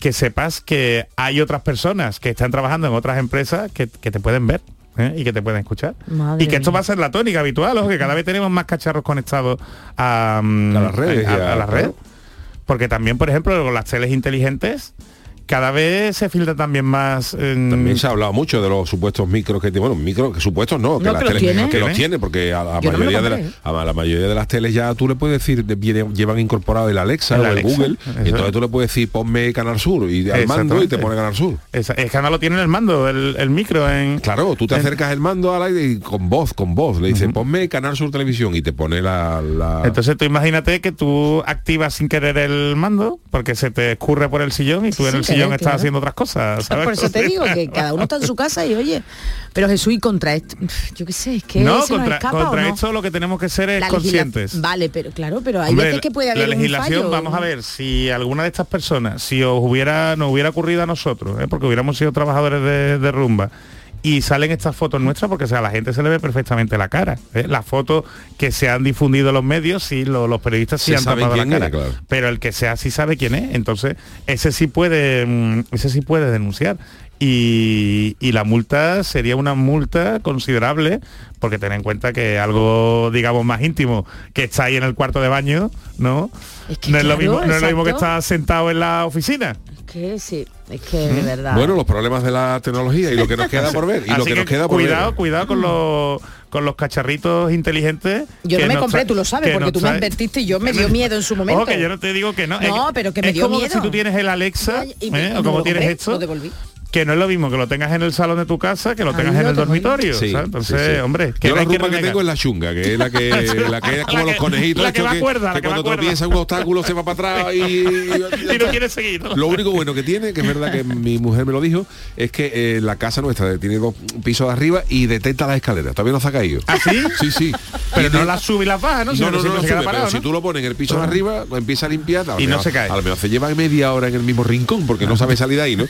Speaker 3: que sepas que hay otras personas que están trabajando en otras empresas que, que te pueden ver. ¿eh? y que te pueden escuchar
Speaker 2: Madre
Speaker 3: y que esto
Speaker 2: mía.
Speaker 3: va a ser la tónica habitual ojo, que cada vez tenemos más cacharros conectados a, mm,
Speaker 1: A las redes
Speaker 3: a,
Speaker 1: y a-
Speaker 3: a las redes. porque también por ejemplo con las teles inteligentes cada vez se filtra también más en-
Speaker 1: También se ha hablado mucho de los supuestos micros que bueno micros que supuestos no que,
Speaker 3: No,
Speaker 1: las
Speaker 3: que los
Speaker 1: teles-
Speaker 3: tiene.
Speaker 1: que los tiene porque a la
Speaker 3: Yo no me lo
Speaker 1: mayoría de la,
Speaker 3: compré.
Speaker 1: a la- la mayoría de las teles ya tú le puedes decir de- viene- llevan incorporado el Alexa
Speaker 3: El
Speaker 1: o el
Speaker 3: Alexa,
Speaker 1: Google
Speaker 3: eso
Speaker 1: y entonces tú le puedes decir ponme Canal Sur y al mando y te
Speaker 3: Exactamente.
Speaker 1: pone Canal Sur
Speaker 3: Esa- es que no lo tiene en el mando el, el micro en
Speaker 1: claro tú te
Speaker 3: en-
Speaker 1: acercas el mando al aire y con voz con voz le dices ponme Canal Sur Televisión y te pone la, la-
Speaker 3: Entonces tú imagínate que tú activas sin querer el mando porque se te escurre por el sillón y tú en
Speaker 2: Sin
Speaker 3: el sillón
Speaker 2: querer,
Speaker 3: estás
Speaker 2: claro.
Speaker 3: haciendo otras cosas. ¿sabes?
Speaker 2: Por eso te digo que cada uno está en su casa y oye, pero Jesús y contra esto, yo qué sé, es que
Speaker 3: no,
Speaker 2: se nos
Speaker 3: contra,
Speaker 2: escapa, ¿o
Speaker 3: contra
Speaker 2: no?
Speaker 3: esto lo que tenemos que ser es
Speaker 2: La legisla-
Speaker 3: conscientes.
Speaker 2: Vale, pero claro, pero hay
Speaker 3: Hombre,
Speaker 2: veces que puede
Speaker 3: la-
Speaker 2: haber
Speaker 3: la legislación,
Speaker 2: un fallo.
Speaker 3: vamos a ver, si alguna de estas personas, si os hubiera, nos hubiera ocurrido a nosotros, ¿eh? porque hubiéramos sido trabajadores de, de rumba, y salen estas fotos nuestras, porque o sea, a la gente se le ve perfectamente la cara. ¿eh? Las fotos que se han difundido en los medios, sí, lo- los periodistas sí
Speaker 1: Se
Speaker 3: han
Speaker 1: sabe
Speaker 3: tapado la
Speaker 1: quién
Speaker 3: cara.
Speaker 1: era, claro.
Speaker 3: Pero el que sea sí sabe quién es, entonces ese sí puede, mm, ese sí puede denunciar. Y, y la multa sería una multa considerable, porque ten en cuenta que algo, digamos, más íntimo, que está ahí en el cuarto de baño, ¿no? no es lo
Speaker 2: claro,
Speaker 3: mismo, no es lo mismo que
Speaker 2: exacto.
Speaker 3: está sentado en la oficina.
Speaker 2: Es que sí, es que
Speaker 3: ¿Mm?
Speaker 2: de verdad.
Speaker 1: bueno los problemas de la tecnología y lo que nos queda por ver y lo
Speaker 3: Así
Speaker 1: que, nos queda por
Speaker 3: cuidado,
Speaker 1: ver
Speaker 3: cuidado con los con los cacharritos inteligentes.
Speaker 2: yo
Speaker 3: que
Speaker 2: no me
Speaker 3: nos
Speaker 2: compré,
Speaker 3: tra-
Speaker 2: tú lo sabes,
Speaker 3: que
Speaker 2: porque
Speaker 3: nos
Speaker 2: tú me
Speaker 3: trae-
Speaker 2: advertiste y yo me dio miedo en su momento.
Speaker 3: Ojo, que yo no te digo que no.
Speaker 2: No,
Speaker 3: es-
Speaker 2: pero que me
Speaker 3: es
Speaker 2: dio
Speaker 3: como
Speaker 2: miedo.
Speaker 3: si tú tienes el Alexa,
Speaker 2: y me-
Speaker 3: ¿eh?
Speaker 2: y
Speaker 3: o
Speaker 2: me
Speaker 3: como
Speaker 2: lo
Speaker 3: tienes
Speaker 2: compré,
Speaker 3: esto,
Speaker 2: lo devolví.
Speaker 3: que no es lo mismo que lo tengas en el salón de tu casa que lo tengas en el
Speaker 2: lo devolví.
Speaker 3: dormitorio.
Speaker 1: Sí,
Speaker 3: ¿sabes? Entonces,
Speaker 1: sí, sí.
Speaker 3: hombre,
Speaker 1: yo
Speaker 3: no
Speaker 1: la
Speaker 3: hay
Speaker 1: rumba que
Speaker 3: renegar.
Speaker 1: tengo es la chunga que es la que la que es como los conejitos
Speaker 3: la que
Speaker 1: estos
Speaker 3: va cuerda, la
Speaker 1: que
Speaker 3: que va
Speaker 1: cuando
Speaker 3: cuerda.
Speaker 1: tropieza un obstáculo se va para atrás y
Speaker 3: Y no quieres seguir. ¿no?
Speaker 1: Lo único bueno que tiene, que es verdad que mi mujer me lo dijo, es que eh, la casa nuestra tiene dos pisos de arriba y detecta las escaleras. Todavía no se ha caído.
Speaker 3: ¿Ah, sí?
Speaker 1: Sí, sí.
Speaker 3: Pero
Speaker 1: Y
Speaker 3: no
Speaker 1: te-
Speaker 3: la sube y la baja, ¿no?
Speaker 1: No,
Speaker 3: Sino
Speaker 1: no,
Speaker 3: que
Speaker 1: no,
Speaker 3: se-
Speaker 1: no
Speaker 3: se queda
Speaker 1: sube,
Speaker 3: parado,
Speaker 1: pero si
Speaker 3: ¿no?
Speaker 1: tú lo pones en el piso de
Speaker 3: Ah.
Speaker 1: arriba, lo empieza a limpiar.
Speaker 3: Y no
Speaker 1: menos-
Speaker 3: se cae.
Speaker 1: A lo mejor se lleva media hora en el mismo rincón porque no sabe salir de ahí, ¿no?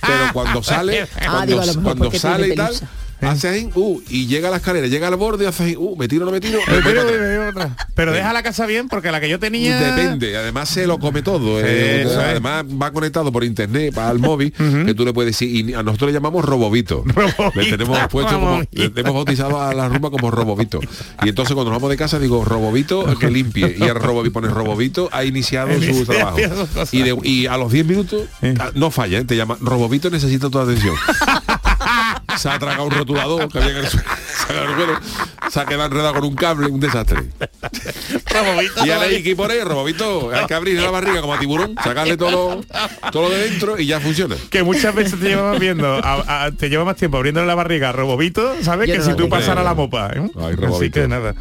Speaker 1: Pero cuando sale,
Speaker 2: Ah,
Speaker 1: cuando,
Speaker 2: digo, a lo mejor
Speaker 1: cuando
Speaker 2: porque
Speaker 1: sale
Speaker 2: tiene
Speaker 1: y tal,
Speaker 2: pelusa.
Speaker 1: hace ahí, uh, y llega a la escalera, llega al borde y hace ahí, uh, me tiro, no me tiro.
Speaker 3: Me tiro,
Speaker 1: voy para
Speaker 3: me
Speaker 1: atrás.
Speaker 3: tiro otra. Pero deja la casa bien porque la que yo tenía
Speaker 1: Depende, además se lo come todo. eh.
Speaker 3: Eso es.
Speaker 1: además va conectado por internet para el móvil, que tú le puedes decir, y a nosotros le llamamos Robovito. Le tenemos puesto como,
Speaker 3: Robovito.
Speaker 1: le hemos bautizado a la rumba como Robovito. Y entonces cuando nos vamos de casa digo, Robovito, que limpie. Y el Robovito pone Robovito, ha iniciado su trabajo. Y, de- y a los 10 minutos, ah, no falla, ¿eh? te llama, Robovito necesita tu atención. Se ha tragado un rotulador que había en el suelo, se ha, bueno, se ha quedado enredado con un cable, un desastre. Y ahora hay que ir por ahí, Robovito, hay que abrir la barriga como a tiburón, sacarle todo, lo- todo lo de dentro y ya funciona.
Speaker 3: que muchas veces te llevas viendo, a- a- te lleva más tiempo abriéndole la barriga a Robovito, ¿sabes?
Speaker 1: Yo
Speaker 3: que
Speaker 1: no
Speaker 3: si
Speaker 1: lo
Speaker 3: tú
Speaker 1: tengo.
Speaker 3: pasaras la mopa. ¿eh? Así
Speaker 1: Robovito.
Speaker 3: que nada.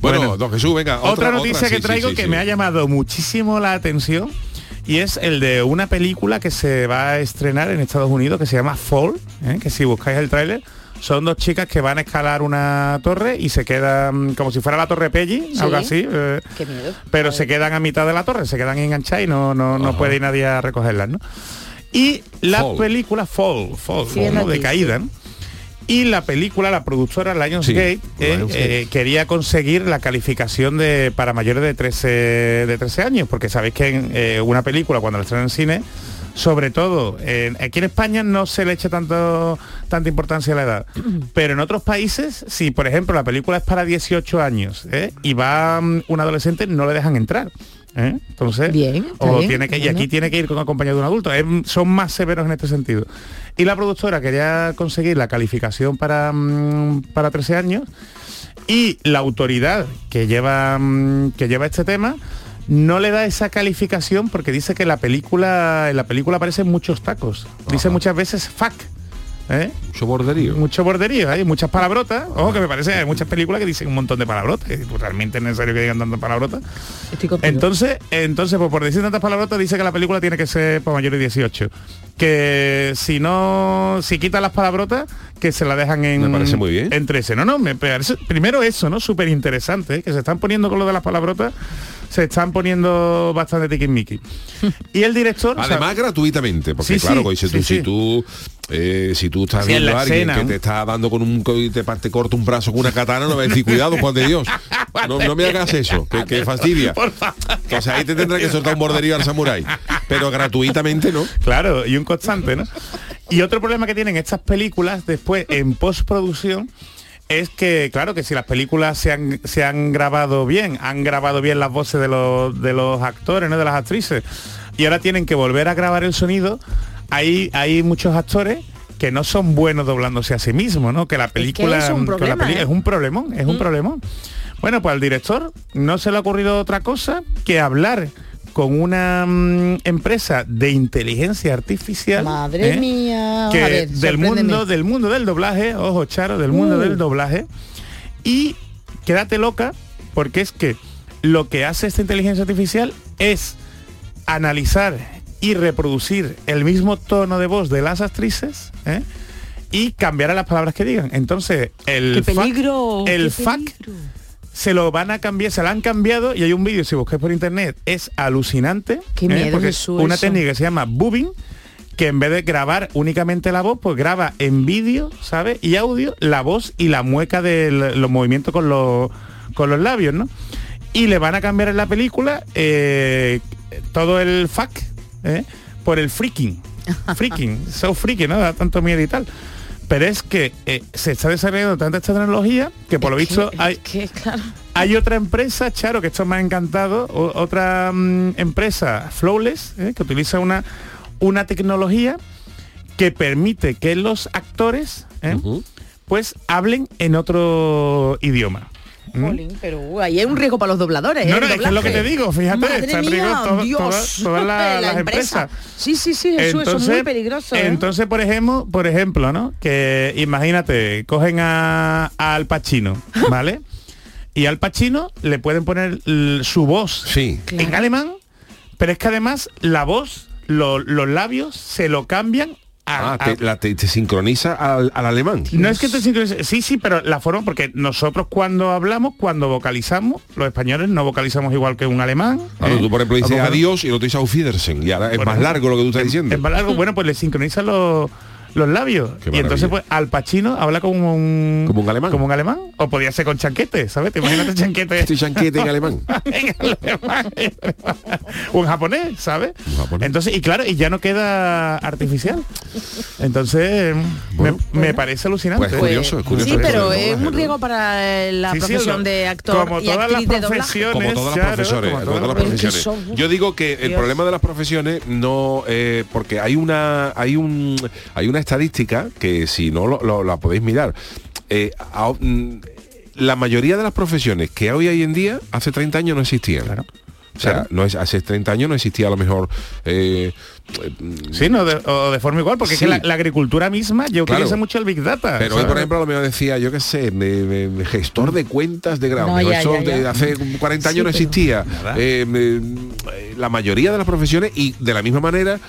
Speaker 1: Bueno, don Jesús, venga.
Speaker 3: Otra, noticia que
Speaker 1: sí, sí,
Speaker 3: traigo
Speaker 1: sí,
Speaker 3: que
Speaker 1: sí.
Speaker 3: me ha llamado muchísimo la atención y es el de una película que se va a estrenar en Estados Unidos que se llama Fall, ¿eh? que si buscáis el tráiler son dos chicas que van a escalar una torre y se quedan como si fuera la torre Pelli,
Speaker 2: Sí.
Speaker 3: algo así. eh,
Speaker 2: Qué miedo.
Speaker 3: pero se quedan a mitad de la torre, se quedan enganchadas y no, no, no puede ir nadie a recogerlas, ¿no? Y la
Speaker 1: Fall.
Speaker 3: película Fall, Fall,
Speaker 2: Sí, es
Speaker 3: ¿no?
Speaker 2: aquí,
Speaker 3: de
Speaker 2: sí.
Speaker 3: caída, ¿no? Y la película, la productora Lionsgate, eh,
Speaker 1: Lionsgate.
Speaker 3: eh, quería conseguir la calificación de para mayores de 13, de 13 años, porque sabéis que en, eh, una película cuando la estrenan en cine sobre todo, eh, aquí en España no se le echa tanto, tanta importancia a la edad, pero en otros países, si por ejemplo la película es para 18 años ¿eh? y va mm, un adolescente, no le dejan entrar. ¿eh? Entonces,
Speaker 12: está
Speaker 3: o
Speaker 12: bien,
Speaker 3: tiene que, y
Speaker 12: bueno.
Speaker 3: aquí tiene que ir con acompañado de un adulto. Es- son más severos en este sentido. Y la productora quería conseguir la calificación para, mm, para 13 años y la autoridad que lleva, mm, que lleva este tema no le da esa calificación porque dice que la película en la película aparecen muchos tacos dice muchas veces fuck ¿eh?
Speaker 1: mucho borderío
Speaker 3: mucho borderío hay muchas palabrotas ojo que me parece hay muchas películas que dicen un montón de palabrotas y, pues, realmente es necesario que digan tantas palabrotas entonces entonces pues, por decir tantas palabrotas dice que la película tiene que ser para mayores de 18 que si no si quita las palabrotas que se la dejan en
Speaker 1: Me parece muy bien.
Speaker 3: en 13 no no me parece primero eso no súper interesante que se están poniendo con lo de las palabrotas se están poniendo bastante tiquismiqui y el director o sea,
Speaker 1: Además gratuitamente, porque
Speaker 3: Sí,
Speaker 1: claro,
Speaker 3: sí,
Speaker 1: como dices
Speaker 3: sí,
Speaker 1: tú,
Speaker 3: sí.
Speaker 1: si tú eh, si tú estás
Speaker 3: Sí, en
Speaker 1: viendo
Speaker 3: la
Speaker 1: a alguien
Speaker 3: escena,
Speaker 1: que
Speaker 3: ¿no?
Speaker 1: te está dando con un co- y te parte corta un brazo con una katana, no vas a decir cuidado, Juan de Dios. No, no me hagas eso, que, que fastidia. Entonces ahí te tendrá que soltar un borderío al samurái. Pero gratuitamente no.
Speaker 3: Claro, y un constante, ¿no? Y otro problema que tienen estas películas después en postproducción es que, claro, que si las películas se han, se han grabado bien, han grabado bien las voces de los, de los actores, ¿no? de las actrices, y ahora tienen que volver a grabar el sonido, hay, hay muchos actores que no son buenos doblándose a sí mismos, ¿no? Que la película
Speaker 12: es un
Speaker 3: que la
Speaker 12: problema,
Speaker 3: peli-
Speaker 12: ¿eh?
Speaker 3: es un problemón, es un problemón. Bueno, pues al director no se le ha ocurrido otra cosa que hablar con una mm, empresa de inteligencia artificial
Speaker 2: Madre
Speaker 3: ¿eh?
Speaker 2: mía.
Speaker 3: que
Speaker 2: a ver,
Speaker 3: del
Speaker 2: sorpréndeme.
Speaker 3: mundo del mundo del doblaje ojo charo del mundo
Speaker 2: Uh.
Speaker 3: del doblaje y quédate loca porque es que lo que hace esta inteligencia artificial es analizar y reproducir el mismo tono de voz de las actrices ¿eh? y cambiar a las palabras que digan entonces el
Speaker 2: Qué
Speaker 3: fac-
Speaker 2: peligro,
Speaker 3: el
Speaker 2: qué
Speaker 3: fac se lo van a cambiar, se lo han cambiado y hay un vídeo, si buscáis por internet, es alucinante. ¿eh?
Speaker 2: Qué miedo
Speaker 3: porque
Speaker 2: me
Speaker 3: es
Speaker 2: sube
Speaker 3: una
Speaker 2: eso.
Speaker 3: técnica que se llama boobing, que en vez de grabar únicamente la voz, pues graba en vídeo, ¿sabes? Y audio, la voz y la mueca de los movimientos con los, con los labios, ¿no? Y le van a cambiar en la película eh, todo el fuck ¿eh? por el freaking. Freaking, so freaking, ¿no? Da tanto miedo y tal. Pero es que eh, se está desarrollando tanta esta tecnología que por lo visto hay, hay otra empresa, Charo, que esto me ha encantado, o- otra mm, empresa, Flowless, ¿eh? que utiliza una, una tecnología que permite que los actores ¿eh? pues hablen en otro idioma. ¿Mm?
Speaker 2: Jolín, pero uh, ahí hay un riesgo para los dobladores.
Speaker 3: No,
Speaker 2: ¿eh?
Speaker 3: no,
Speaker 2: El
Speaker 3: es que es lo que
Speaker 2: doblaje.
Speaker 3: te digo, fíjate, está
Speaker 2: Madre
Speaker 3: en
Speaker 2: mía,
Speaker 3: riesgo todo-
Speaker 2: Dios,
Speaker 3: todas- todas la- las empresas.
Speaker 2: Sí, sí, sí, Jesús, eso es muy peligroso. ¿eh?
Speaker 3: Entonces, por ejemplo, por ejemplo, ¿no? Que imagínate, cogen a, a Al Pacino, ¿vale? y Al Pacino le pueden poner l- su voz en alemán, pero es que además la voz, lo- los labios se lo cambian a,
Speaker 1: Ah,
Speaker 3: a-
Speaker 1: te, la- te- te sincroniza al, al alemán.
Speaker 3: no es que te sincronice- sí, sí, pero la forma, porque nosotros cuando hablamos, cuando vocalizamos, los españoles no vocalizamos igual que un alemán. ¿eh?
Speaker 1: Claro, tú por ejemplo dices
Speaker 3: Abogado.
Speaker 1: adiós y lo dices auf Wiedersehen. Y ahora es
Speaker 3: Por
Speaker 1: más
Speaker 3: ejemplo.
Speaker 1: largo lo que tú estás diciendo.
Speaker 3: Es más largo, bueno, pues le sincronizan los, los labios. Y entonces, pues, Al Pacino habla como un... Como un alemán. Como un alemán. O podía ser con chanquete, ¿sabes? Te imaginas chanquete.
Speaker 1: Este chanquete en alemán.
Speaker 3: En alemán. un japonés, ¿sabes? Entonces, y claro, y ya no queda artificial. Entonces, me- me, parece alucinante.
Speaker 1: Pues es curioso, es curioso
Speaker 2: sí,
Speaker 1: esto
Speaker 2: pero
Speaker 1: del
Speaker 2: es
Speaker 1: doblaje,
Speaker 2: un riesgo para eh, la
Speaker 3: Sí, sí,
Speaker 2: profesión
Speaker 3: lo-
Speaker 2: de actor
Speaker 3: como
Speaker 2: y
Speaker 3: todas
Speaker 2: actriz
Speaker 3: las
Speaker 2: de doblaje.
Speaker 3: profesiones,
Speaker 1: como todas
Speaker 3: Charo,
Speaker 1: las profesiones,
Speaker 3: como todas
Speaker 1: como todas
Speaker 3: las-
Speaker 1: las
Speaker 3: Pero es que
Speaker 1: profesiones.
Speaker 3: son-
Speaker 1: Yo digo que el
Speaker 3: Dios.
Speaker 1: problema de las profesiones no eh, porque hay una hay un hay una estadística que si no lo, lo- la podéis mirar Eh, a- mm, la mayoría de las profesiones que hoy hay en día hace 30 años no existían. O sea, no es, hace 30 años no existía a lo mejor eh,
Speaker 3: Sí, no, de, o de forma igual, porque es que
Speaker 1: Sí.
Speaker 3: la, la agricultura misma ya
Speaker 1: Claro.
Speaker 3: utiliza mucho el Big Data.
Speaker 1: Pero hoy,
Speaker 3: ¿sabes?
Speaker 1: por ejemplo, a lo mejor decía, yo qué sé, de- de- de gestor de cuentas de grado.
Speaker 3: No, ya,
Speaker 1: Eso
Speaker 3: ya, ya.
Speaker 1: de hace 40 años
Speaker 3: Sí,
Speaker 1: no
Speaker 3: pero-
Speaker 1: existía. Eh, eh, la mayoría de las profesiones y de la misma manera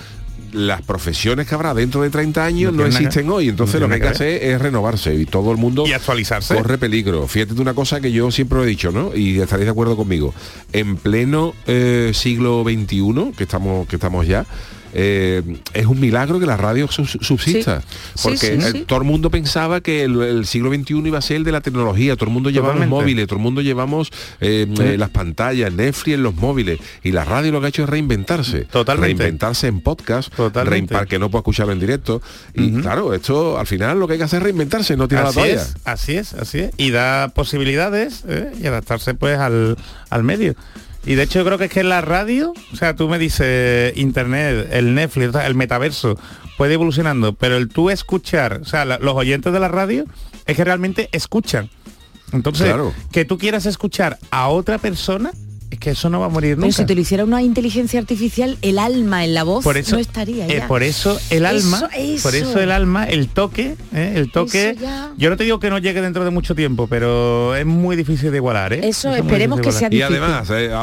Speaker 1: las profesiones que habrá dentro de 30 años
Speaker 3: No
Speaker 1: no,
Speaker 3: tienen nada
Speaker 1: existen
Speaker 3: que-
Speaker 1: hoy. Entonces
Speaker 3: no
Speaker 1: lo que hay que
Speaker 3: tienen nada
Speaker 1: hacer es renovarse y todo el mundo
Speaker 3: actualizarse.
Speaker 1: corre peligro. Fíjate de una cosa que yo siempre he dicho, ¿no? Y estaréis de acuerdo conmigo. En pleno eh, siglo XXI, que estamos, que estamos ya, eh, es un milagro que la radio sus- subsista.
Speaker 12: Sí,
Speaker 1: Porque
Speaker 12: sí,
Speaker 1: eh,
Speaker 12: sí.
Speaker 1: todo el mundo pensaba que el, el siglo XXI iba a ser el de la tecnología, todo el mundo llevamos
Speaker 12: Totalmente.
Speaker 1: móviles, todo el mundo llevamos eh,
Speaker 12: Sí.
Speaker 1: eh, las pantallas, Netflix en los móviles. Y la radio lo que ha hecho es reinventarse.
Speaker 3: Totalmente.
Speaker 1: Reinventarse en podcast, reinventar que no pueda escucharlo en directo. Y claro, esto al final lo que hay que hacer es reinventarse, no tirar la
Speaker 3: Así
Speaker 1: toalla.
Speaker 3: es, así es, así es. Y da posibilidades ¿eh? y adaptarse pues al, al medio. Y de hecho yo creo que es que la radio, o sea, tú me dices internet, el Netflix, o sea, el metaverso, puede ir evolucionando, pero el tú escuchar, o sea, la- los oyentes de la radio es que realmente escuchan. Entonces,
Speaker 1: Claro.
Speaker 3: que tú quieras escuchar a otra persona, es que eso no va a morir
Speaker 2: Pero
Speaker 3: nunca.
Speaker 2: si te lo hiciera una inteligencia artificial, el alma en la voz
Speaker 3: Por eso-
Speaker 2: no estaría
Speaker 3: eh,
Speaker 2: ya.
Speaker 3: por eso el alma,
Speaker 2: Eso, eso.
Speaker 3: por eso el alma, el toque, ¿eh? el toque.
Speaker 2: Eso ya.
Speaker 3: Yo no te digo que no llegue dentro de mucho tiempo, pero es muy difícil de igualar. ¿eh?
Speaker 2: Eso
Speaker 3: es muy
Speaker 2: esperemos
Speaker 3: difícil de
Speaker 1: Y
Speaker 3: igualar.
Speaker 1: además, eh, a-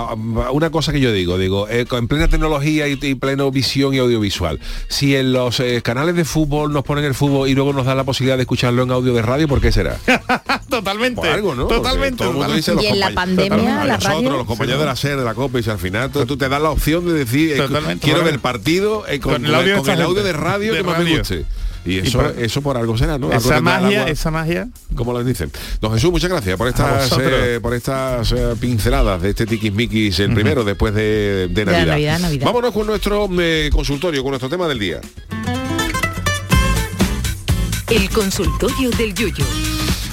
Speaker 1: a- una cosa que yo digo, digo, eh, con- en plena tecnología y, y pleno visión y audiovisual, si en los eh, canales de fútbol nos ponen el fútbol y luego nos dan la posibilidad de escucharlo en audio de radio, ¿por qué será?
Speaker 3: totalmente,
Speaker 1: Por algo, ¿no?
Speaker 3: totalmente.
Speaker 1: Todo el mundo dice los
Speaker 2: Y en la
Speaker 1: compañ-
Speaker 2: pandemia,
Speaker 1: totalmente.
Speaker 2: la
Speaker 1: Nosotros,
Speaker 2: radio-
Speaker 1: los compañeros de la SER, de la COPE, y si al final tú, tú te das la opción de decir, eh, quiero ver el partido eh, con, con el audio,
Speaker 3: de esta gente.
Speaker 1: de radio
Speaker 3: De
Speaker 1: que más me
Speaker 3: radio.
Speaker 1: guste. Y
Speaker 3: Y
Speaker 1: eso,
Speaker 3: por-
Speaker 1: eso por algo será, ¿no? Algo
Speaker 3: Esa
Speaker 1: tendrá el
Speaker 3: magia,
Speaker 1: agua-
Speaker 3: esa magia.
Speaker 1: como les dicen. Don Jesús, muchas gracias por
Speaker 3: A
Speaker 1: estas,
Speaker 3: vosotros.
Speaker 1: eh, por estas eh, pinceladas de este tiquismiquis el primero después de, de Navidad.
Speaker 2: Navidad, Navidad.
Speaker 1: Vámonos con nuestro eh, consultorio, con nuestro tema del día.
Speaker 6: El consultorio del Yuyo.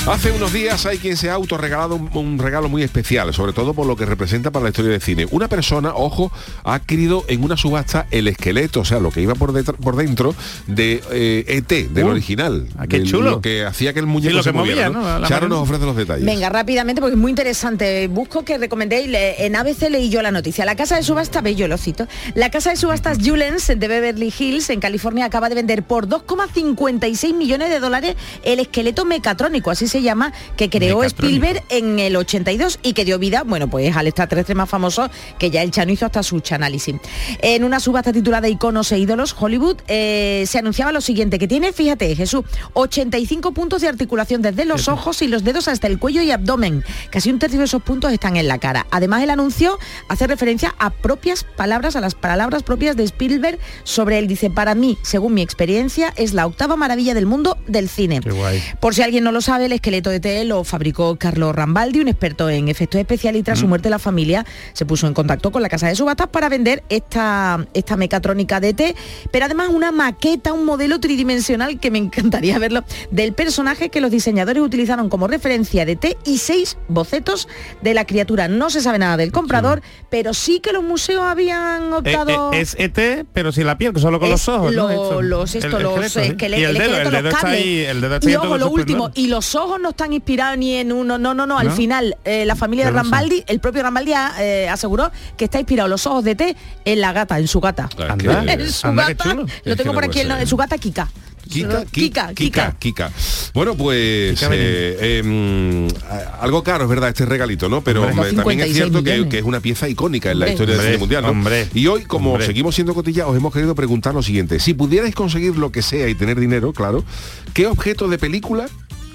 Speaker 1: Hace unos días hay quien se ha autorregalado un, un regalo muy especial, sobre todo por lo que representa para la historia del cine. Una persona, ojo, ha adquirido en una subasta el esqueleto, o sea, lo que iba por, detr- por dentro de eh, ET, del
Speaker 3: Uh,
Speaker 1: original.
Speaker 3: ah, qué
Speaker 1: del-
Speaker 3: chulo.
Speaker 1: Lo que hacía que el muñeco
Speaker 3: Sí, lo
Speaker 1: se
Speaker 3: que movía,
Speaker 1: moviera,
Speaker 3: ¿no? La- la
Speaker 1: Charo nos
Speaker 3: mano.
Speaker 1: ofrece los detalles.
Speaker 2: Venga, rápidamente, porque es muy interesante. Busco que recomendéis. le- En ABC leí yo la noticia. La casa de subastas, ve, yo lo cito. La casa de subastas Julens de Beverly Hills, en California, acaba de vender por 2,56 millones de dólares el esqueleto mecatrónico, así se llama, que creó Spielberg en el 82 y que dio vida, bueno, pues al extraterrestre más famoso que ya el Chano hizo hasta su análisis. En una subasta titulada Iconos e ídolos Hollywood, eh, se anunciaba lo siguiente, que tiene, fíjate, Jesús, 85 puntos de articulación desde los ojos y los dedos hasta el cuello y abdomen. Casi un tercio de esos puntos están en la cara. Además, el anuncio hace referencia a propias palabras, a las palabras propias de Spielberg sobre él. Dice, para mí, según mi experiencia, es la octava maravilla del mundo del cine. Por si alguien no lo sabe, el esqueleto de T E lo fabricó Carlo Rambaldi, un experto en efectos especiales, y tras
Speaker 3: Mm.
Speaker 2: su muerte la familia se puso en contacto con la casa de subastas para vender esta, esta mecatrónica de T, pero además una maqueta, un modelo tridimensional que me encantaría verlo, del personaje que los diseñadores utilizaron como referencia de T y seis bocetos de la criatura. No se sabe nada del comprador, pero sí que los museos habían
Speaker 3: Eh, eh,
Speaker 2: optado...
Speaker 3: es ET, pero sin la piel, que solo con los
Speaker 2: Es
Speaker 3: ojos. ¿no?
Speaker 2: lo-
Speaker 3: Esto.
Speaker 2: los esto,
Speaker 3: El- el
Speaker 2: los
Speaker 3: esqueleto, ¿eh?
Speaker 2: esquele-
Speaker 3: Y el
Speaker 2: el
Speaker 3: dedo, el
Speaker 2: esqueleto,
Speaker 3: dedo
Speaker 2: los
Speaker 3: está
Speaker 2: cables.
Speaker 3: ahí, el dedo está
Speaker 2: Y
Speaker 3: ahí en
Speaker 2: ojo,
Speaker 3: todos
Speaker 2: lo
Speaker 3: los
Speaker 2: último,
Speaker 3: esplendores.
Speaker 2: y los ojos no están inspirados ni en uno, no, no, no, al
Speaker 3: ¿No?
Speaker 2: final eh, la familia de
Speaker 3: Qué grueso.
Speaker 2: Rambaldi, el propio Rambaldi ah, eh, aseguró que está inspirado los ojos de T en la gata, en su gata.
Speaker 1: Ah, es que- Anda,
Speaker 2: en su
Speaker 1: anda, qué
Speaker 2: gata,
Speaker 1: chulo. Es
Speaker 2: lo tengo
Speaker 1: que no
Speaker 2: por
Speaker 1: puede
Speaker 2: aquí, el
Speaker 1: ser.
Speaker 2: no- en su gata Kika.
Speaker 1: Kika,
Speaker 2: Kika, Kika.
Speaker 1: Kika. Bueno, pues
Speaker 3: Kika Benítez.
Speaker 1: eh, eh, mm, a- algo caro, es verdad, este regalito, ¿no? Pero
Speaker 3: Hombre.
Speaker 1: eh, también es
Speaker 3: 56
Speaker 1: cierto que,
Speaker 3: millones.
Speaker 1: que es una pieza icónica en la
Speaker 3: Hombre.
Speaker 1: historia del
Speaker 3: Hombre,
Speaker 1: cine mundial, ¿no?
Speaker 3: hombre,
Speaker 1: y hoy, como
Speaker 3: hombre.
Speaker 1: seguimos siendo cotillas, os hemos querido preguntar lo siguiente. Si pudierais conseguir lo que sea y tener dinero, claro, ¿qué objeto de película
Speaker 3: Ah,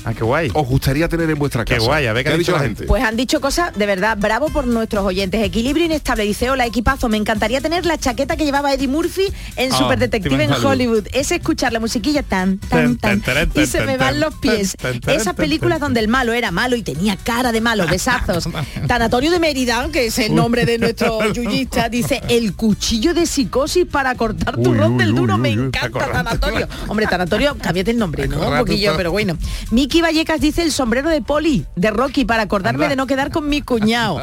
Speaker 1: os gustaría tener en vuestra
Speaker 3: Qué
Speaker 1: casa?
Speaker 3: guay, a ver qué ha dicho la gente.
Speaker 2: Pues han dicho cosas de verdad, bravo por nuestros oyentes. Equilibrio inestable, dice, hola equipazo, me encantaría tener la chaqueta que llevaba Eddie Murphy en
Speaker 3: Ah,
Speaker 2: Super Detective
Speaker 3: Steven
Speaker 2: en
Speaker 3: Hollywood.
Speaker 2: Hollywood. Es escuchar la musiquilla tan, tan, tan, y se me van los pies. Esas películas donde el malo era malo y tenía cara de malo, besazos. Tanatorio de Mérida, que es el nombre de nuestro yuyista, dice, el cuchillo de psicosis para cortar tu ron del duro, me encanta Tanatorio. Hombre, Tanatorio, cámbiate el nombre, ¿no? Un
Speaker 13: Acorrate
Speaker 2: poquillo,
Speaker 13: todo.
Speaker 2: pero bueno. Miki Vallecas dice el sombrero de Poli, de Rocky, para acordarme
Speaker 13: Anda.
Speaker 2: de no quedar con mi cuñado.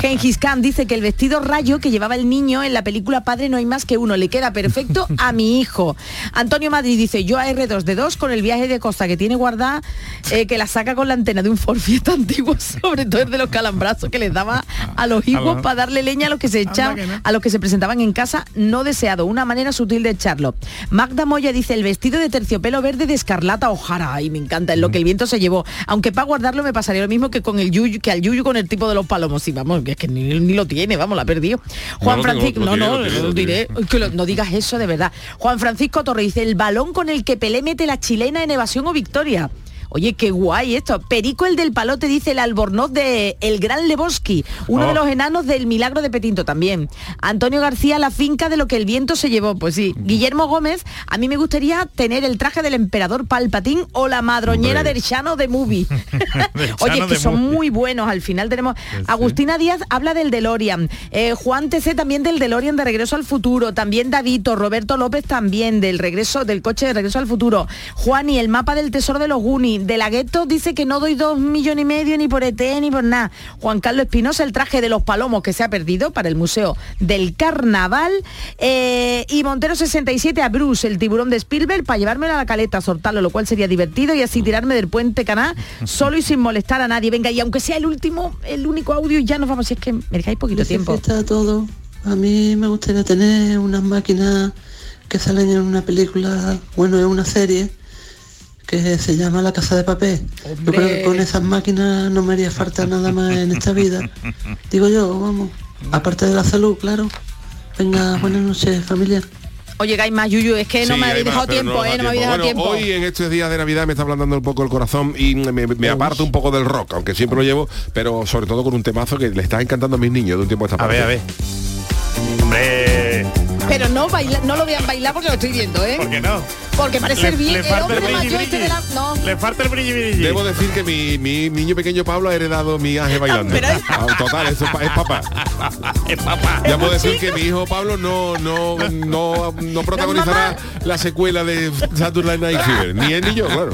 Speaker 2: Gengis Khan dice que el vestido rayo que llevaba el niño en la película Padre no hay más que uno, le queda perfecto a mi hijo. Antonio Madrid dice, yo a R2D2 con el viaje de Costa que tiene guardada, eh, que la saca con la antena de un Ford Fiesta antiguo, sobre todo el de los calambrazos que les daba a los hijos
Speaker 13: Vamos.
Speaker 2: para darle leña a los que se echaban, a los que se presentaban en casa no deseado, una manera sutil de echarlo. Magda Moya dice el vestido de terciopelo verde de escarlata ojara, ay, me encanta, es
Speaker 13: Mm.
Speaker 2: lo que el viento se llevó. Aunque para guardarlo me pasaría lo mismo que con el yuyu, que al yuyu con el tipo de los palomos. Sí, vamos, que es que ni, ni lo tiene, vamos, la ha perdido. Juan
Speaker 13: No, lo tengo,
Speaker 2: Francisco,
Speaker 13: lo
Speaker 2: no,
Speaker 13: tiene,
Speaker 2: no,
Speaker 13: lo tiene,
Speaker 2: lo
Speaker 13: lo
Speaker 2: diré, eh, que lo- no digas eso de verdad. Juan Francisco Torres dice el balón con el que Pelé mete la chilena en evasión o victoria. Oye, qué guay esto. Perico el del palote dice el albornoz de El Gran Lebowski, uno
Speaker 12: Oh.
Speaker 2: de los enanos del milagro de Petinto también. Antonio García, la finca de lo que el viento se llevó. Pues sí. Guillermo Gómez, a mí me gustaría tener el traje del emperador Palpatín o la madroñera
Speaker 13: Hombre.
Speaker 2: del Chano de Movie. Oye, es
Speaker 13: Chano
Speaker 2: que
Speaker 13: de
Speaker 2: son
Speaker 13: Murcia.
Speaker 2: muy buenos. Al final tenemos. Agustina Díaz habla del DeLorean. Eh, Juan TC también del DeLorean de Regreso al Futuro. También Davito, Roberto López también del regreso, del coche de Regreso al Futuro. Juan y el mapa del tesoro de los Goonies. De la Gueto dice que no doy dos millones y medio ni por ET ni por nada. Juan Carlos Espinosa, el traje de los palomos que se ha perdido para el Museo del Carnaval. Eh, y Montero 67 a Bruce, el tiburón de Spielberg, para llevármelo a la caleta, soltarlo, lo cual sería divertido y
Speaker 1: Mm.
Speaker 2: así tirarme del puente Caná solo y sin molestar a nadie. Venga, y aunque sea el último, el único audio, y ya nos vamos, si es que me dejáis poquito tiempo.
Speaker 14: Está todo. A mí me gustaría tener unas máquinas que salen en una película, bueno, en una serie que se llama La Casa de Papel. Yo creo que con esas máquinas no me haría falta nada más en esta vida. Digo yo, vamos. Aparte de la salud, claro. Venga, buenas noches, familia.
Speaker 2: Oye, hay más, Yuyu, es que no
Speaker 1: Sí,
Speaker 2: me
Speaker 1: hay
Speaker 2: habéis
Speaker 1: más,
Speaker 2: dejado
Speaker 1: pero no
Speaker 2: tiempo,
Speaker 1: nos
Speaker 2: ¿eh? No
Speaker 1: da
Speaker 2: me habéis
Speaker 1: tiempo.
Speaker 2: dejado
Speaker 1: Bueno,
Speaker 2: tiempo.
Speaker 1: Hoy en estos días de Navidad me está ablandando un poco el corazón y me, me aparto un poco del rock, aunque siempre lo llevo, pero sobre todo con un temazo que le está encantando a mis niños de un tiempo a esta parte.
Speaker 3: ver, a ver. Hombre.
Speaker 2: Pero no, baila, no lo vean bailar porque lo estoy viendo, ¿eh?
Speaker 3: ¿Por qué no?
Speaker 2: Porque parece
Speaker 3: Le-
Speaker 2: bien
Speaker 3: le
Speaker 2: el
Speaker 3: falta
Speaker 2: hombre
Speaker 3: el brilli,
Speaker 2: mayor este de la... No.
Speaker 3: Le falta el brilli, brilli.
Speaker 1: Debo decir que mi, mi niño pequeño Pablo ha heredado mi ángel bailando. Ah, Total, eso es, pa- es papá.
Speaker 3: es papá.
Speaker 1: Ya puedo decir que mi hijo Pablo no, no, no, no protagonizará la secuela de Saturday Night Fever. Ni él ni yo, claro.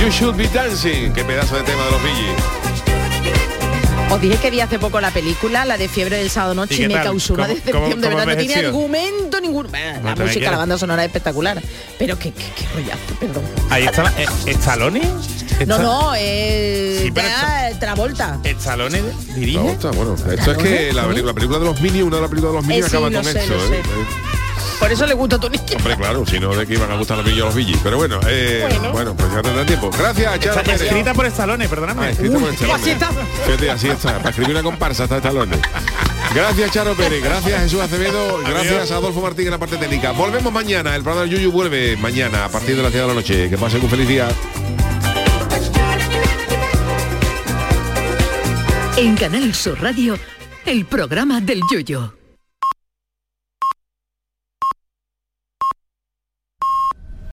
Speaker 1: You should be dancing. Qué pedazo de tema de los Billys.
Speaker 2: Os dije que vi hace poco la película, la de Fiebre del Sábado
Speaker 1: ¿Y
Speaker 2: Noche,
Speaker 1: qué
Speaker 2: y me
Speaker 1: tal?
Speaker 2: causó una
Speaker 1: ¿Cómo-
Speaker 2: decepción,
Speaker 1: cómo-
Speaker 2: de
Speaker 1: cómo
Speaker 2: verdad, no tiene
Speaker 1: envejeció?
Speaker 2: argumento ninguno. Bah, La
Speaker 3: tranquila.
Speaker 2: música, la banda sonora es espectacular, pero qué, qué, qué rollazo, perdón.
Speaker 3: Ahí está. la- eh, ¿Estalone?
Speaker 2: No,
Speaker 3: Esta-
Speaker 2: no, eh,
Speaker 3: Sí, pero
Speaker 2: da Travolta.
Speaker 3: ¿Estalone dirige?
Speaker 1: bueno, Esto es que la, peli- la película de los Minions, una de las películas de los Minions
Speaker 2: Eh, sí,
Speaker 1: acaba
Speaker 2: lo
Speaker 1: con
Speaker 2: sé,
Speaker 1: esto.
Speaker 2: lo sé.
Speaker 1: ¿eh? Eh,
Speaker 2: Por eso le gusta a Tony.
Speaker 1: Hombre, claro, si no de que iban a gustar los niños los Billys. Pero bueno, eh, bueno. pues ya tendrán tiempo. Gracias, Charo
Speaker 3: Está
Speaker 1: Pérez.
Speaker 3: escrita por Estalone, perdóname.
Speaker 1: Ah, escrita por Stallone. Fíjate, así está. Para escribir una comparsa está Estalone. Gracias, Charo Pérez. Gracias, Jesús Acevedo. Gracias a Adolfo Martín en la parte técnica. Volvemos mañana. El programa del Yuyu vuelve mañana a partir de las 10 de la noche. Que pasen un feliz día.
Speaker 6: En Canal Sur Radio, el programa del Yoyo.